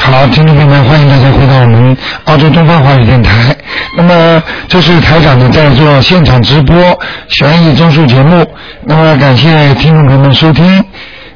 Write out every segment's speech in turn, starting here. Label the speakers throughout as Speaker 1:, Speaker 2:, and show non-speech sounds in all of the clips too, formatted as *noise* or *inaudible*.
Speaker 1: 好，听众朋友们，欢迎大家回到我们澳洲东方华语电台。那么，这是台长呢在做现场直播悬疑综述节目。那么，感谢听众朋友们收听。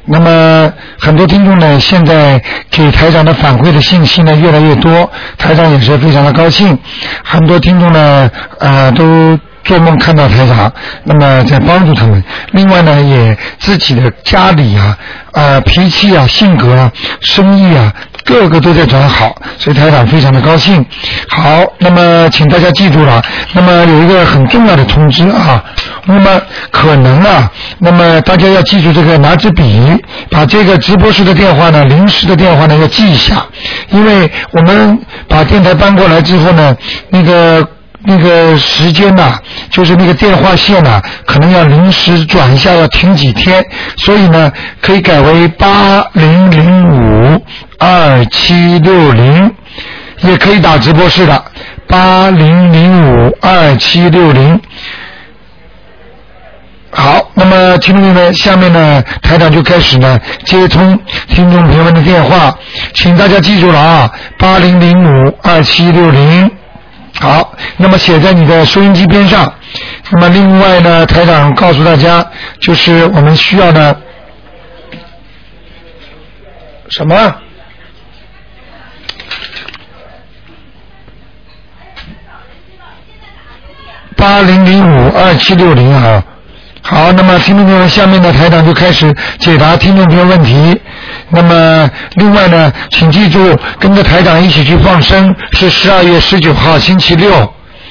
Speaker 1: 那么，很多听众呢，现在给台长的反馈的信息呢越来越多，台长也是非常的高兴。很多听众呢，呃，都做梦看到台长，那么在帮助他们。另外呢，也自己的家里啊，呃，脾气啊、性格啊、生意啊，各个都在转好，所以台长非常的高兴。好，那么请大家记住了，那么有一个很重要的通知啊，那么可能啊，那么大家要记住这个，拿支笔把这个直播室的电话呢，临时的电话呢要记一下，因为我们把电台搬过来之后呢，那个。那个时间呐、就是那个电话线呐、可能要临时转一下，要停几天，所以呢，可以改为八零零五二七六零，也可以打直播室的八零零五二七六零。好，那么听众朋友们，下面呢，台长就开始呢接通听众朋友们的电话，请大家记住了啊，八零零五二七六零。好，那么写在你的收音机边上。那么另外呢，台长告诉大家，就是我们需要呢什么？八零零五二七六零啊。好，那么听众朋友们，下面呢，台长就开始解答听众朋友问题。那么，另外呢，请记住跟着台长一起去放生，是十二月十九号星期六。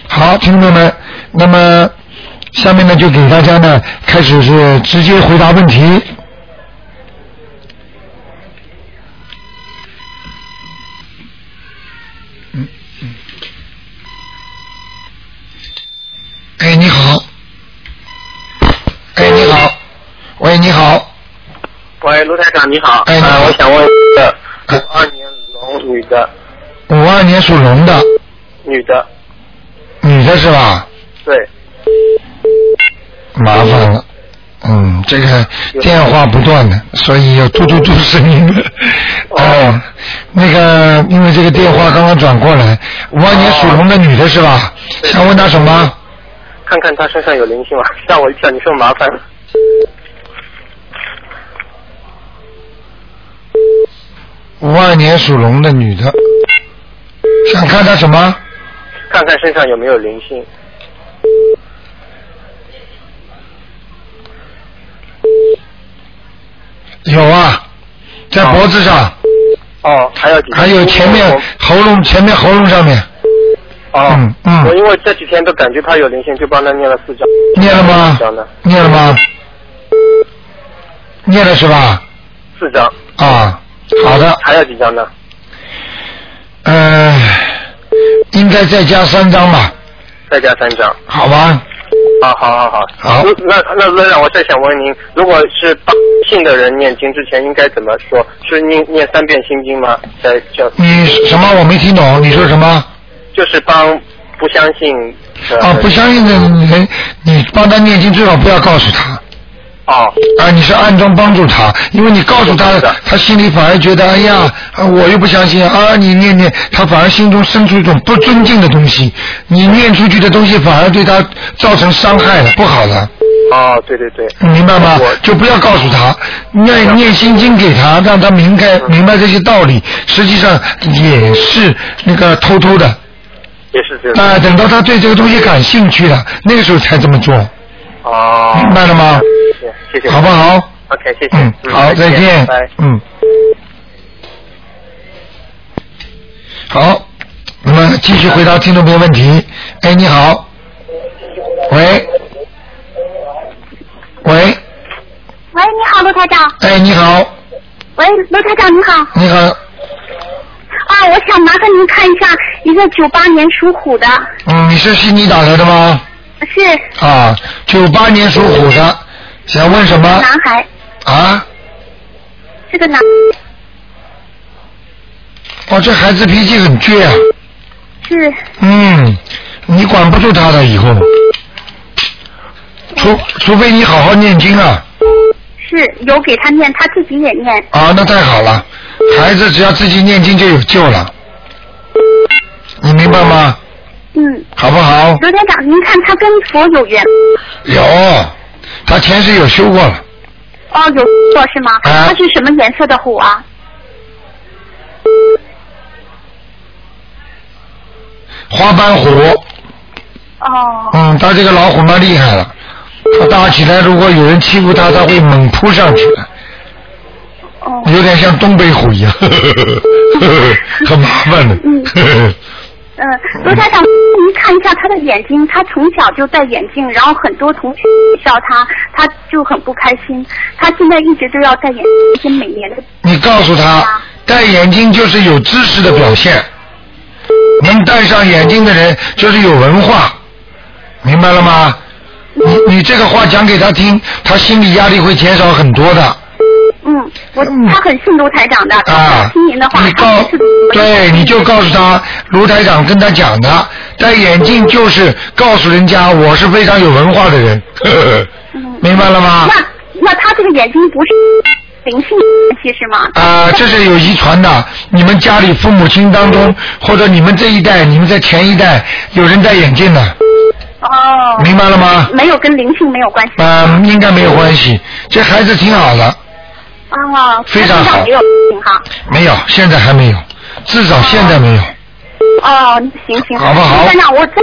Speaker 1: 好，听众朋友们，那么下面呢，就给大家呢开始是直接回答问题。嗯哎，你好。哎，你好。喂，你好。
Speaker 2: 喂，卢台长你好，
Speaker 1: 哎你好
Speaker 2: 啊，我想问一个，五二年龙女的，
Speaker 1: 五二年属龙的，
Speaker 2: 女的，
Speaker 1: 女的是吧？
Speaker 2: 对，
Speaker 1: 麻烦了。嗯，这个电话不断的，所以有嘟嘟嘟声音的。哦，那个，因为这个电话刚刚转过来，五二年属龙的女的是吧？想问她什么？
Speaker 2: 看看她身上有灵性吗？ *laughs* 吓我一跳，你说麻烦，
Speaker 1: 五二年属龙的女的，想看她什么？
Speaker 2: 看看身上有没有灵性，
Speaker 1: 有啊，在脖子上，
Speaker 2: 哦，还有几天
Speaker 1: 还有前面喉咙，前面喉咙上面，
Speaker 2: 哦，
Speaker 1: 嗯嗯
Speaker 2: 我因为这几天都感觉她有灵性，就帮她念了四张，
Speaker 1: 念了吗
Speaker 2: 四张的，？
Speaker 1: 念了吗？念了是吧？
Speaker 2: 四张，
Speaker 1: 啊，好的，
Speaker 2: 还有几张呢？
Speaker 1: 呃，应该再加三张吧，
Speaker 2: 再加三张，
Speaker 1: 好吧？
Speaker 2: 啊，好好好，
Speaker 1: 好
Speaker 2: 如那那卢台长，我再想问您，如果是帮信的人念经之前应该怎么说？是念念三遍心经吗？在叫
Speaker 1: 你什么？我没听懂，你说什么？
Speaker 2: 就是帮不相信的
Speaker 1: 啊，不相信的人，你帮他念经，最好不要告诉他。
Speaker 2: 哦
Speaker 1: 啊，你是暗中帮助他，因为你告诉他
Speaker 2: 是的，
Speaker 1: 他心里反而觉得，哎呀，啊我又不相信啊，你念念，他反而心中生出一种不尊敬的东西，你念出去的东西反而对他造成伤害了，不好了，
Speaker 2: 哦，对对对，
Speaker 1: 你明白吗
Speaker 2: 我？
Speaker 1: 就不要告诉他，念念心经给他，让他明白明白这些道理，实际上也是那个偷偷的。
Speaker 2: 也是这
Speaker 1: 啊，等到他对这个东西感兴趣了，那个时候才这么做，
Speaker 2: 哦，
Speaker 1: 明白了吗？
Speaker 2: 谢谢谢谢，
Speaker 1: 好不好？
Speaker 2: ？OK，谢谢，
Speaker 1: 嗯，好，再见
Speaker 2: 拜拜。。
Speaker 1: 嗯，好，那么继续回答听众朋友问题。哎，你好，喂，喂，
Speaker 3: 喂，你好，卢台长。
Speaker 1: 哎，你好，
Speaker 3: 喂，卢台长，你好。
Speaker 1: 你好，
Speaker 3: 啊，我想麻烦您看一下一个九八年属虎的，
Speaker 1: 嗯，你是悉尼打来的吗？
Speaker 3: 是
Speaker 1: 啊，九八年属虎的，想问什么
Speaker 3: 男孩，
Speaker 1: 啊？
Speaker 3: 是个男。
Speaker 1: 哦，这孩子脾气很倔啊。
Speaker 3: 是
Speaker 1: 嗯，你管不住他的以后，除除非你好好念经啊。
Speaker 3: 是有给他念，他自己也念。
Speaker 1: 啊，那太好了。孩子只要自己念经就有救了，你明白吗？
Speaker 4: 嗯，
Speaker 1: 好不好？
Speaker 4: 刘台长，您看他跟佛有缘
Speaker 1: 有，他前世有修过了，
Speaker 4: 哦，有过是吗？
Speaker 1: 啊
Speaker 4: 他是什么颜色的虎啊？
Speaker 1: 花斑虎，
Speaker 4: 哦，
Speaker 1: 嗯，他这个老虎蛮厉害了，他大起来如果有人欺负他，他会猛扑上去的，
Speaker 4: 哦，
Speaker 1: 有点像东北虎一样，呵 *laughs* 呵呵呵呵很麻烦的。
Speaker 4: 嗯
Speaker 1: 呵呵
Speaker 4: 嗯，刘台长，您看一下他的眼睛，他从小就戴眼镜，然后很多同学笑他，他就很不开心。他现在一直都要戴眼镜，每年的
Speaker 1: *laughs* 你告诉他
Speaker 4: 啊，
Speaker 1: 戴眼镜就是有知识的表现。能戴上眼镜的人就是有文化，明白了吗？你你这个话讲给他听，他心理压力会减少很多的
Speaker 4: 嗯，我
Speaker 1: 嗯
Speaker 4: 他很信卢台长的，他
Speaker 1: 啊。
Speaker 4: 听您的话，
Speaker 1: 你
Speaker 4: 他
Speaker 1: 告
Speaker 4: 每次
Speaker 1: 对，你就告诉他，卢台长跟他讲的，戴眼镜就是告诉人家我是非常有文化的人， *laughs* 呵呵
Speaker 4: 嗯
Speaker 1: 明白了吗？
Speaker 4: 那那他这个眼睛不是灵性关系是吗？
Speaker 1: 啊、这是有遗传的。你们家里父母亲当中，或者你们这一代、你们在前一代有人戴眼镜的，
Speaker 4: 哦，
Speaker 1: 啊明白了吗？
Speaker 4: 没有跟灵性没有关系
Speaker 1: 啊、应该没有关系。这孩子挺好的，
Speaker 4: 啊，
Speaker 1: 非常好
Speaker 4: 身上也有灵性哈。
Speaker 1: 没有，现在还没有，至少现在没有。
Speaker 4: 哦，行行，
Speaker 1: 好不好
Speaker 4: 班长，我这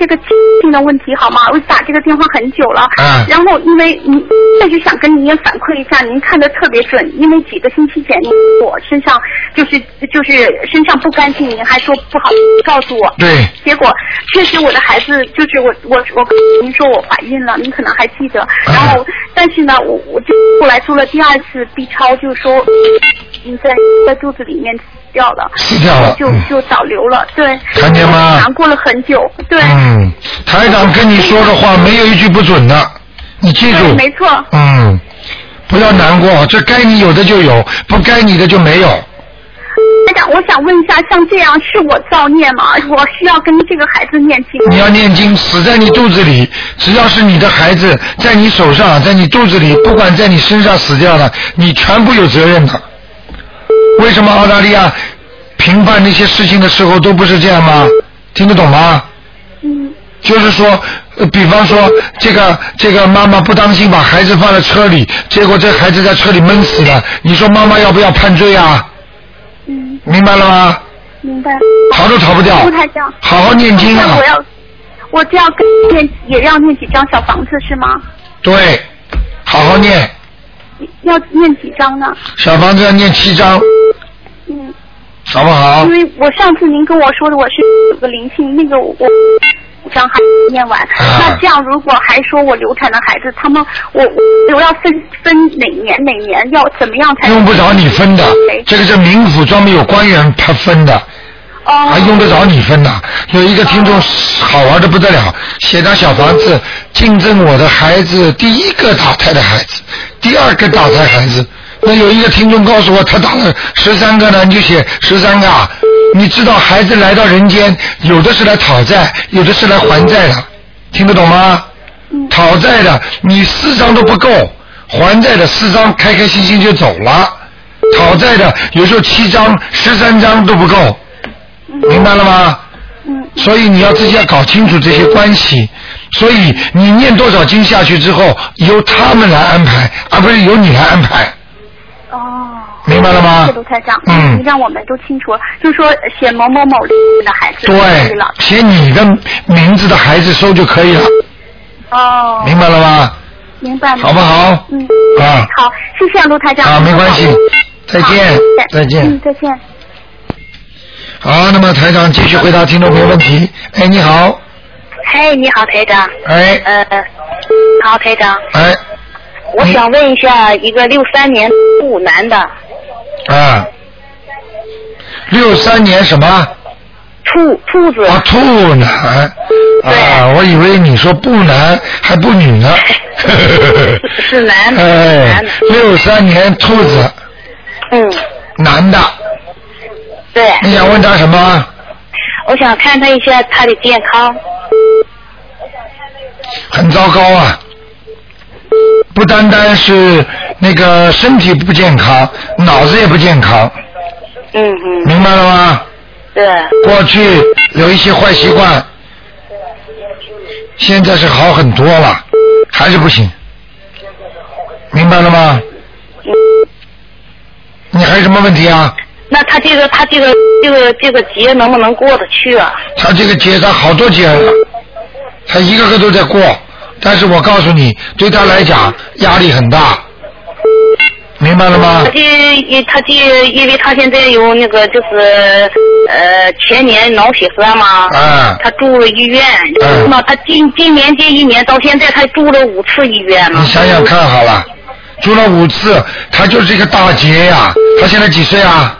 Speaker 4: 这个性的问题好吗？我打这个电话很久了，
Speaker 1: 嗯
Speaker 4: 然后因为您确实想跟您也反馈一下，您看的特别准，因为几个星期前我身上就是就是身上不干净，您还说不好告诉我，
Speaker 1: 对，
Speaker 4: 结果确实我的孩子就是我我我跟您说我怀孕了，您可能还记得。
Speaker 1: 嗯
Speaker 4: 然后但是呢，我我就后来做了第二次 B 超，就说你在在肚子里面死掉了，
Speaker 1: 死掉了
Speaker 4: 就
Speaker 1: 嗯
Speaker 4: 就导流了，对。
Speaker 1: 看见吗
Speaker 4: 我难过了很久，对。
Speaker 1: 嗯，台长跟你说的话没有一句不准的，你记
Speaker 4: 对，
Speaker 1: 住。
Speaker 4: 没错，
Speaker 1: 嗯，不要难过，这该你有的就有，不该你的就没有。
Speaker 4: 台长，我想问一下，像这样是我造孽吗？我需要跟这个孩子念经
Speaker 1: 你要念经，死在你肚子里，只要是你的孩子在你手上，在你肚子里，不管在你身上死掉了，你全部有责任的。为什么澳大利亚评判那些事情的时候都不是这样吗？听得懂吗？
Speaker 4: 嗯，
Speaker 1: 就是说，呃比方说这个这个妈妈不当心把孩子放在车里，结果这孩子在车里闷死了，你说妈妈要不要判罪啊？
Speaker 4: 嗯，
Speaker 1: 明白了吗？
Speaker 4: 明白。
Speaker 1: 逃都逃不掉
Speaker 4: 卢台长。
Speaker 1: 好好哦念经啊
Speaker 4: 那我！要，我就要跟念，也要念几张小房子是吗？
Speaker 1: 对，好好念。
Speaker 4: 要念几张呢？
Speaker 1: 小房子要念七章，
Speaker 4: 嗯，
Speaker 1: 好不好
Speaker 4: 因？为我上次您跟我说的，我是有个灵性，那个我我五张还没念完。
Speaker 1: 啊
Speaker 4: 那这样，如果还说我流产的孩子，他们我我我要分分哪年哪年，要怎么样才能
Speaker 1: 用不着你分的，这个是冥府专门有官员他分的，
Speaker 4: 哦，
Speaker 1: 还用得着你分的？有一个听众好玩的不得了，写张小房子，竞争我的孩子第一个打胎的孩子，第二个打胎孩子。那有一个听众告诉我，他打了十三个呢，你就写十三个啊。你知道孩子来到人间，有的是来讨债，有的是来还债的，听得懂吗？
Speaker 4: 嗯
Speaker 1: 讨债的你四张都不够，还债的四张开开心心就走了，讨债的有时候七张、十三张都不够，明白了吗？
Speaker 4: 嗯
Speaker 1: 所以你要自己要搞清楚这些关系。所以你念多少经下去之后，由他们来安排，而不是由你来安排，
Speaker 4: 哦。
Speaker 1: 明白了吗
Speaker 4: 是卢台长，
Speaker 1: 嗯
Speaker 4: 你让我们都清楚了，就说写某某某的孩子就可以
Speaker 1: 对
Speaker 4: 了，，
Speaker 1: 写你的名字的孩子收就可以了，
Speaker 4: 哦，
Speaker 1: 明白了吗？
Speaker 4: 明白了，
Speaker 1: 好不好？
Speaker 4: 嗯，
Speaker 1: 啊
Speaker 4: 好，谢谢啊卢台长，
Speaker 1: 啊，没关系
Speaker 4: 好，
Speaker 1: 再见
Speaker 4: 好，
Speaker 1: 再见。
Speaker 4: 嗯，再见。
Speaker 1: 好，那么台长继续回答听众朋友问题。哎，你好，
Speaker 5: 嗨，你好，台长。
Speaker 1: 哎，
Speaker 5: 呃，好，台长，
Speaker 1: 哎，
Speaker 5: 我想问一下，一个六三年属男的
Speaker 1: 啊，六三年什么？啊，
Speaker 5: 兔兔子，
Speaker 1: 兔男。啊，我以为你说不男还不女呢。
Speaker 5: 是是男的
Speaker 1: 哎
Speaker 5: 男的，
Speaker 1: 六三年兔子，
Speaker 5: 嗯，
Speaker 1: 男的。
Speaker 5: 对，
Speaker 1: 你想问他什么？
Speaker 5: 我想看他一下他的健康，
Speaker 1: 很糟糕啊！不单单是那个身体不健康，脑子也不健康，
Speaker 6: 嗯嗯，
Speaker 1: 明白了吗？
Speaker 6: 对，
Speaker 1: 过去有一些坏习惯，现在是好很多了，还是不行，明白了吗？
Speaker 5: 嗯
Speaker 1: 你还有什么问题啊？
Speaker 6: 那他这个他这个这个这个节能不能过得去啊？
Speaker 1: 他这个劫，他好多劫了，他一个个都在过，但是我告诉你，对他来讲压力很大，明白了吗
Speaker 6: 他？这因他这因为他现在有那个就是呃前年脑血栓嘛，
Speaker 1: 啊、嗯
Speaker 6: 他住了医院，然后呢，他今今年这一年到现在他住了五次医院嘛
Speaker 1: 你，想想看好了，住了五次，他就是一个大劫呀、他现在几岁啊？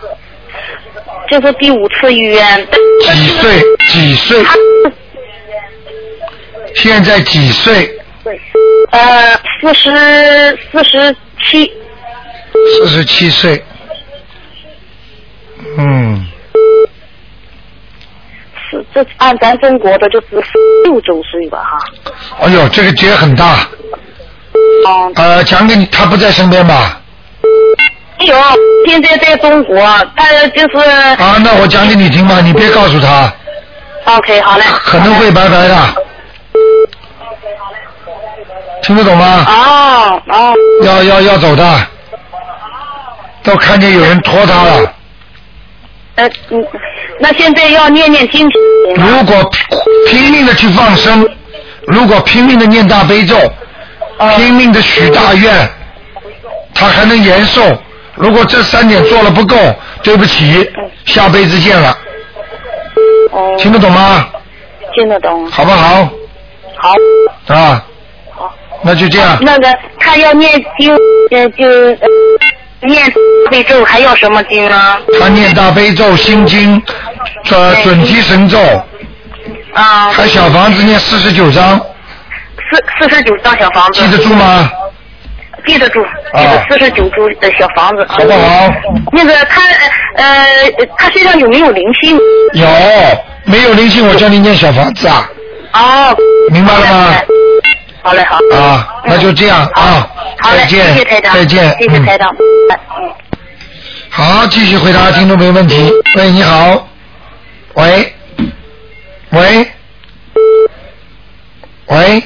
Speaker 6: 这是第五次医院，但
Speaker 1: 几
Speaker 6: 是
Speaker 1: 岁？几岁？
Speaker 6: 他
Speaker 1: 现在几岁？
Speaker 6: 呃四十四十七，
Speaker 1: 四十七岁。嗯，
Speaker 6: 是这按咱中国的就是六周岁吧哈。
Speaker 1: 哎呦，这个劫很大。
Speaker 6: 嗯，
Speaker 1: 呃，讲给你，他不在身边吧？
Speaker 6: 没有，现在在中国，他就是、
Speaker 1: 啊，那我讲给你听吧，你别告诉他，
Speaker 6: OK 好嘞。
Speaker 1: 可能会拜拜的。听不懂吗？
Speaker 6: 哦哦，
Speaker 1: 要要要走的，都看见有人拖他了。
Speaker 6: 呃嗯，那现在要念念经行吗
Speaker 1: 如果拼拼命的去放生，如果拼命的念大悲咒，
Speaker 6: 哦
Speaker 7: 啊
Speaker 1: 拼命的许大愿，他还能延寿。如果这三点做了不够，对不起，下辈子见了，
Speaker 6: 哦，
Speaker 1: 听得懂吗？
Speaker 6: 听得懂。
Speaker 1: 好不好？
Speaker 6: 好，
Speaker 1: 啊，那就这样。
Speaker 6: 那个他要念经，呃就呃念大咒，还要什么经呢？
Speaker 1: 他念大悲咒、心经、准准提神咒，
Speaker 6: 啊，
Speaker 1: 还小房子念四十九章，
Speaker 6: 四四十九张小房子
Speaker 1: 记，得住啊吗？
Speaker 6: 记得住，记得四十九株的小房子。啊
Speaker 1: 好不好？
Speaker 6: 那个他呃呃他身上有没有灵性？
Speaker 1: 有没有灵性？我教你念小房子啊，
Speaker 6: 哦，
Speaker 1: 明白了吗？
Speaker 6: 好嘞，好。
Speaker 1: 啊，那就这样啊，
Speaker 6: 好嘞，
Speaker 1: 再见，
Speaker 6: 谢谢台长，
Speaker 1: 再见，
Speaker 6: 谢谢台长，拜嗯。
Speaker 1: 嗯。好，继续回答听众朋友问题。喂，你好，喂，喂，喂，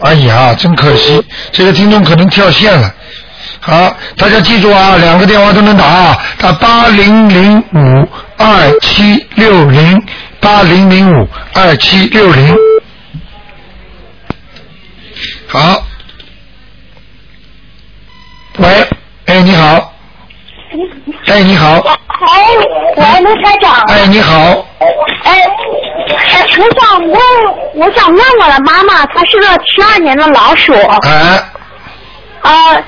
Speaker 1: 哎呀，真可惜，这个听众可能跳线了。好，大家记住啊，两个电话都能打啊，打八零零五二七六零八零零五二七六零。好，喂，哎，你好，哎，你好，
Speaker 4: 哎，喂，卢台长，
Speaker 1: 哎，你好，
Speaker 4: 哎，哎，我想问，我想问我的妈妈，她是个七二年的老鼠，
Speaker 1: 哎，
Speaker 4: 呃，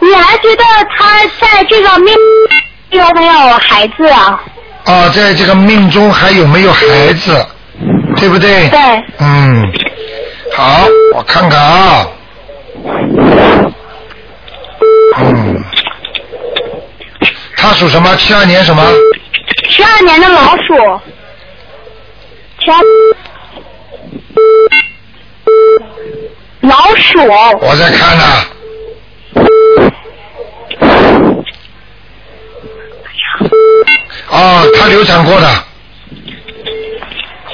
Speaker 4: 你还觉得她在这个命有没有孩子 *laughs* 啊？
Speaker 1: 啊，在这个命中还有没有孩子，对不对？
Speaker 4: 对，
Speaker 1: 嗯，好，我看看啊。嗯，他属什么？七二年什么？
Speaker 4: 七二年的老鼠，七二，老鼠，
Speaker 1: 我在看呢、哦，他流产过的，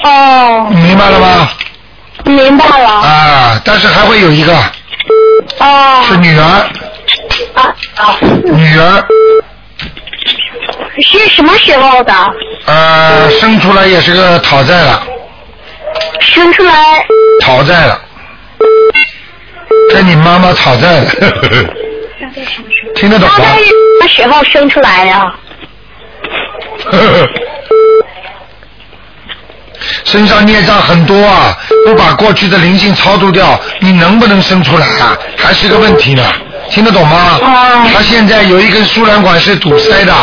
Speaker 4: 哦，
Speaker 1: 明白了吗？
Speaker 4: 明白了，
Speaker 1: 啊，但是还会有一个
Speaker 4: 哦，
Speaker 1: 是女儿，
Speaker 4: 啊，啊
Speaker 1: 女儿
Speaker 4: 是什么时候的？
Speaker 1: 呃生出来也是个讨债了，
Speaker 4: 生出来
Speaker 1: 讨债了，跟你妈妈讨债了，听得懂
Speaker 4: 大
Speaker 1: 吗
Speaker 4: 概？是什么时候生出来呀、
Speaker 1: 身上孽障很多啊，不把过去的灵性超度掉，你能不能生出来啊？还是个问题呢，听得懂吗？
Speaker 4: 哦
Speaker 1: 他现在有一根输卵管是堵塞的，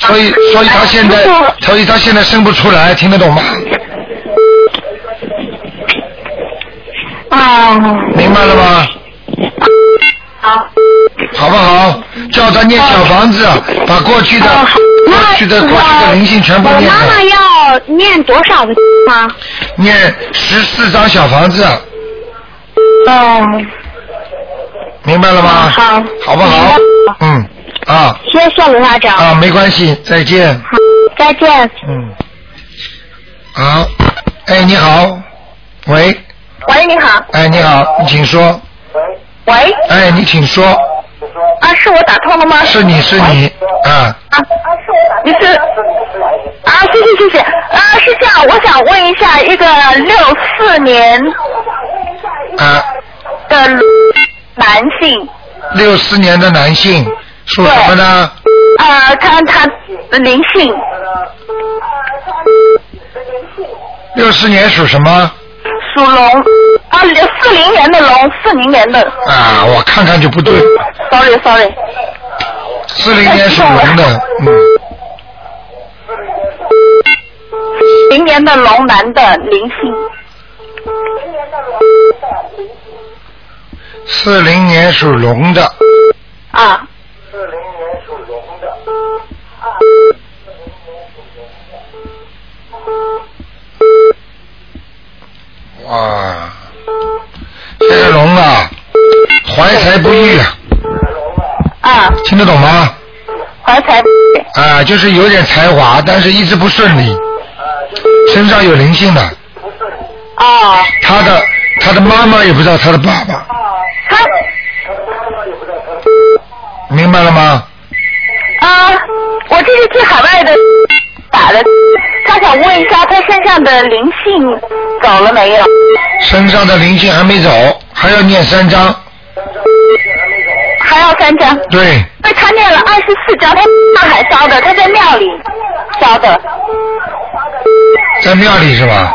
Speaker 1: 所以所以他现在
Speaker 4: 如果，
Speaker 1: 所以他现在生不出来，听得懂吗？
Speaker 4: 啊？
Speaker 1: 明白了吗？
Speaker 4: 好，
Speaker 1: 好不好？叫他念小房子，把过去的、
Speaker 4: 哦好
Speaker 1: 过
Speaker 4: 那
Speaker 1: 去的、过去的灵性全部
Speaker 4: 我
Speaker 1: 念
Speaker 4: 妈妈
Speaker 1: 了，
Speaker 4: 要念多少个呢？哦
Speaker 1: 念十四张小房子，
Speaker 4: 嗯，
Speaker 1: 明白了吗？
Speaker 4: 好
Speaker 1: 好不
Speaker 4: 明
Speaker 1: 好
Speaker 4: 白了？
Speaker 1: 嗯，啊
Speaker 4: 谢谢卢校长。
Speaker 1: 啊，没关系，再见。
Speaker 4: 好，再见。
Speaker 1: 嗯，好，哎，你好，喂，
Speaker 4: 喂，你好。
Speaker 1: 哎，你好，你请说，
Speaker 4: 喂，
Speaker 1: 哎，你请说，
Speaker 4: 啊，是我打通了吗？
Speaker 1: 是你是你啊，
Speaker 4: 啊，你是啊，谢谢谢谢啊，是这样，我想问一下，一个六四年
Speaker 1: 啊，
Speaker 4: 的男性，
Speaker 1: 六四年的男性属什么呢？
Speaker 4: 啊，他他灵性
Speaker 1: 六四年属什么？
Speaker 4: 属龙，啊，四零年的龙，四零年的
Speaker 1: 啊，我看看就不对，
Speaker 4: ，sorry sorry，
Speaker 1: 四零年属龙的，嗯，
Speaker 4: 零年的龙男的灵性，
Speaker 1: 四零年属龙的，
Speaker 4: 啊，
Speaker 1: 哇，这个龙啊，怀才不遇啊，
Speaker 4: 啊，
Speaker 1: 听得懂吗？
Speaker 4: 怀才不遇，
Speaker 1: 啊，就是有点才华，但是一直不顺利，身上有灵性的，
Speaker 4: 哦，
Speaker 1: 他的他的妈妈也不知道他的爸爸，
Speaker 4: 他
Speaker 1: 明白了吗？
Speaker 4: 啊，我这是去海外的打的，他想问一下他身上的灵性走了没有？
Speaker 1: 身上的灵性还没走，还要念三章，
Speaker 4: 还要三张，
Speaker 1: 对，
Speaker 4: 被他念了二十四张，他上海烧的，他在庙里烧的，
Speaker 1: 在庙里是吧？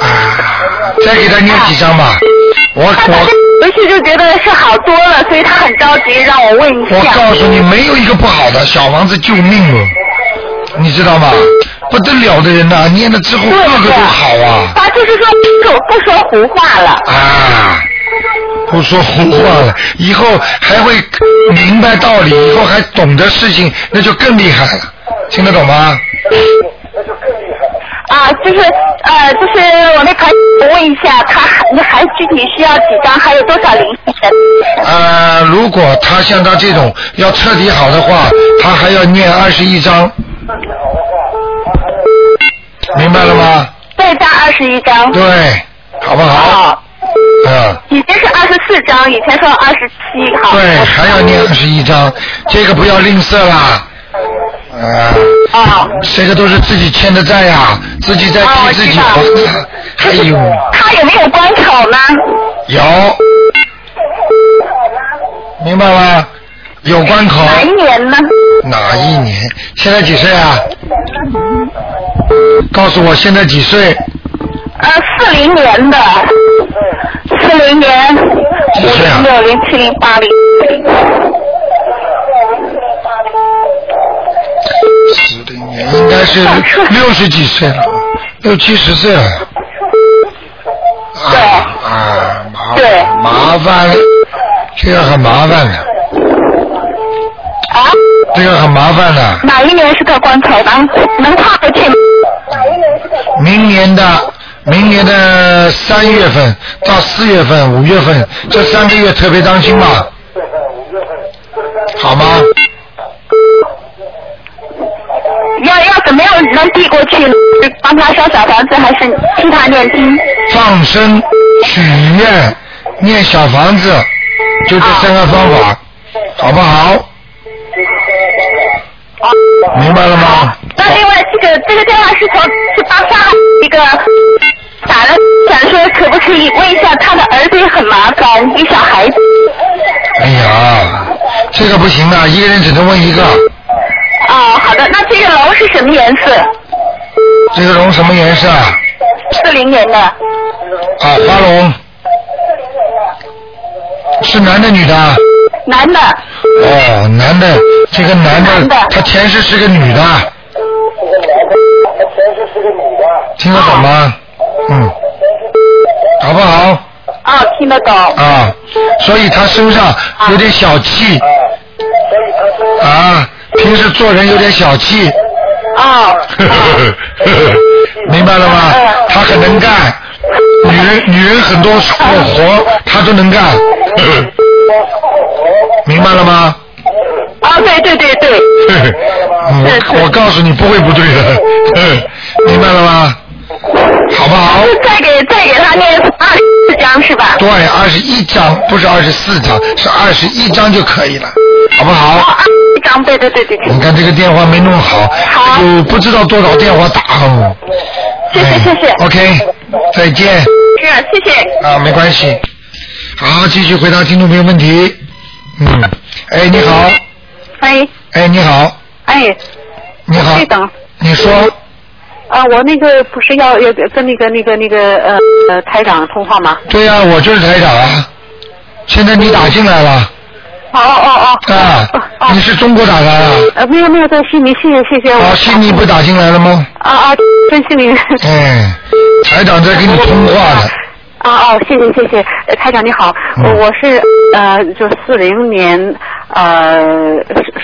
Speaker 1: 啊，再给他念几章吧，我
Speaker 4: 他反正
Speaker 1: 我
Speaker 4: 回去就觉得是好多了，所以他很着急让我问一
Speaker 1: 我
Speaker 4: 下。
Speaker 1: 告诉你，没有一个不好的小房子救命了，你知道吗？不得了的人呐、念了之后
Speaker 4: 对
Speaker 1: 个个
Speaker 4: 对
Speaker 1: 都好啊
Speaker 4: 他就是说不说不说胡话了。
Speaker 1: 啊！不说胡话了，以后还会明白道理，以后还懂得事情，那就更厉害了，听得懂吗？
Speaker 4: 啊，就是呃，就是我那朋友问一下，他还你还具体需要几张，还有多少灵性的？
Speaker 1: 呃，如果他像他这种要彻底好的话，他还要念二十一章。明白了吗？
Speaker 4: 对，张二十一张。
Speaker 1: 对，好不好？
Speaker 4: 啊，
Speaker 1: 嗯，
Speaker 4: 以前是二十四张，以前说二十七，好。
Speaker 1: 对，还要念二十一章，这个不要吝啬啦。呃，
Speaker 4: 啊，
Speaker 1: 这个都是自己欠的债呀、自己在
Speaker 4: 哦我
Speaker 1: 替
Speaker 4: 知
Speaker 1: 自己
Speaker 4: 道
Speaker 1: 还的。还有，
Speaker 4: 他有没有关口呢？
Speaker 1: 哎有，明白吗？有关口。
Speaker 4: 哪一年呢？
Speaker 1: 哪一年？现在几岁啊？告诉我现在几岁？
Speaker 4: 呃，四零年的，
Speaker 6: 嗯
Speaker 4: 四零年，
Speaker 1: 几
Speaker 4: 五
Speaker 1: 岁啊
Speaker 4: 零六零七零八零。
Speaker 1: 十零年，应该是六十几岁了，六七十岁了。啊
Speaker 4: 对
Speaker 1: 啊，麻
Speaker 4: 对
Speaker 1: 麻烦了，这个很麻烦的，
Speaker 4: 啊，
Speaker 1: 这个很麻烦的。
Speaker 4: 哪一年是个关口呢？能跨过去吗？
Speaker 1: 明年的明年的三月份到四月份、五月份这三个月特别当心吧，好吗？
Speaker 4: 要要怎么样能递过去？是帮他烧小房子，还是替他念经？
Speaker 1: 放生、许愿、念小房子，就这三个方法，好不好？明白了吗？
Speaker 4: 那另外，这个这个电话是从是巴萨一个打了，想说可不可以问一下他的儿子也很麻烦，一个小孩子
Speaker 1: 哎呀，这个不行的，一个人只能问一个。
Speaker 4: 哦，好的，那这个楼是什么颜色？
Speaker 1: 这个龙什么颜色啊？
Speaker 4: 四零年的，
Speaker 1: 啊，花龙。是男的女的啊？
Speaker 4: 男的。
Speaker 1: 哦，男的，这个男的，
Speaker 4: 男的
Speaker 1: 他前世是个女的。听得懂吗？嗯，好不好？
Speaker 4: 哦，听得懂。
Speaker 1: 啊，所以他身上有点小气。啊，平时做人有点小气。
Speaker 4: 哦，
Speaker 1: *laughs* 明白了吗
Speaker 4: 嗯？
Speaker 1: 啊 *laughs* 他很能干，女人女人很多活活他都能干，明白了吗？
Speaker 4: 哦，对对对对，
Speaker 1: *laughs* 我我告诉你不会不对的， *laughs* 明白了吗？好不好？
Speaker 4: 就再给再给他念二十四张是吧？
Speaker 1: 对，二十一张不是二十四张，是二十一张就可以了，好不
Speaker 4: 哦，
Speaker 1: 好？
Speaker 4: 二十一张，对对对对对，
Speaker 1: 你看这个电话没弄好，
Speaker 4: 好
Speaker 1: 有不知道多少电话打哦。
Speaker 4: 谢谢
Speaker 1: 哎
Speaker 4: 谢谢
Speaker 1: OK，再见
Speaker 4: 是啊谢谢。
Speaker 1: 啊，没关系。好，继续回答听众朋友问题。嗯，哎，你好，
Speaker 7: 哎
Speaker 1: 哎，你好，
Speaker 7: 哎，
Speaker 1: 你好
Speaker 7: 对，等
Speaker 1: 你说，
Speaker 7: 啊，我那个不是要要跟那个那个那个呃呃台长通话吗？
Speaker 1: 对呀、我就是台长啊。现在你打进来了
Speaker 7: 哦哦哦。
Speaker 1: 啊
Speaker 7: 哦哦，
Speaker 1: 你是中国打来的。
Speaker 7: 呃，没有没有，在悉尼，谢谢谢谢我。
Speaker 1: 啊，悉尼不打进来了吗？
Speaker 7: 啊啊，真心灵。
Speaker 1: 哎，台长在跟你通话呢。
Speaker 7: 啊哦，谢谢谢谢，呃台长你好，
Speaker 1: 嗯
Speaker 7: 我我是呃就四零年呃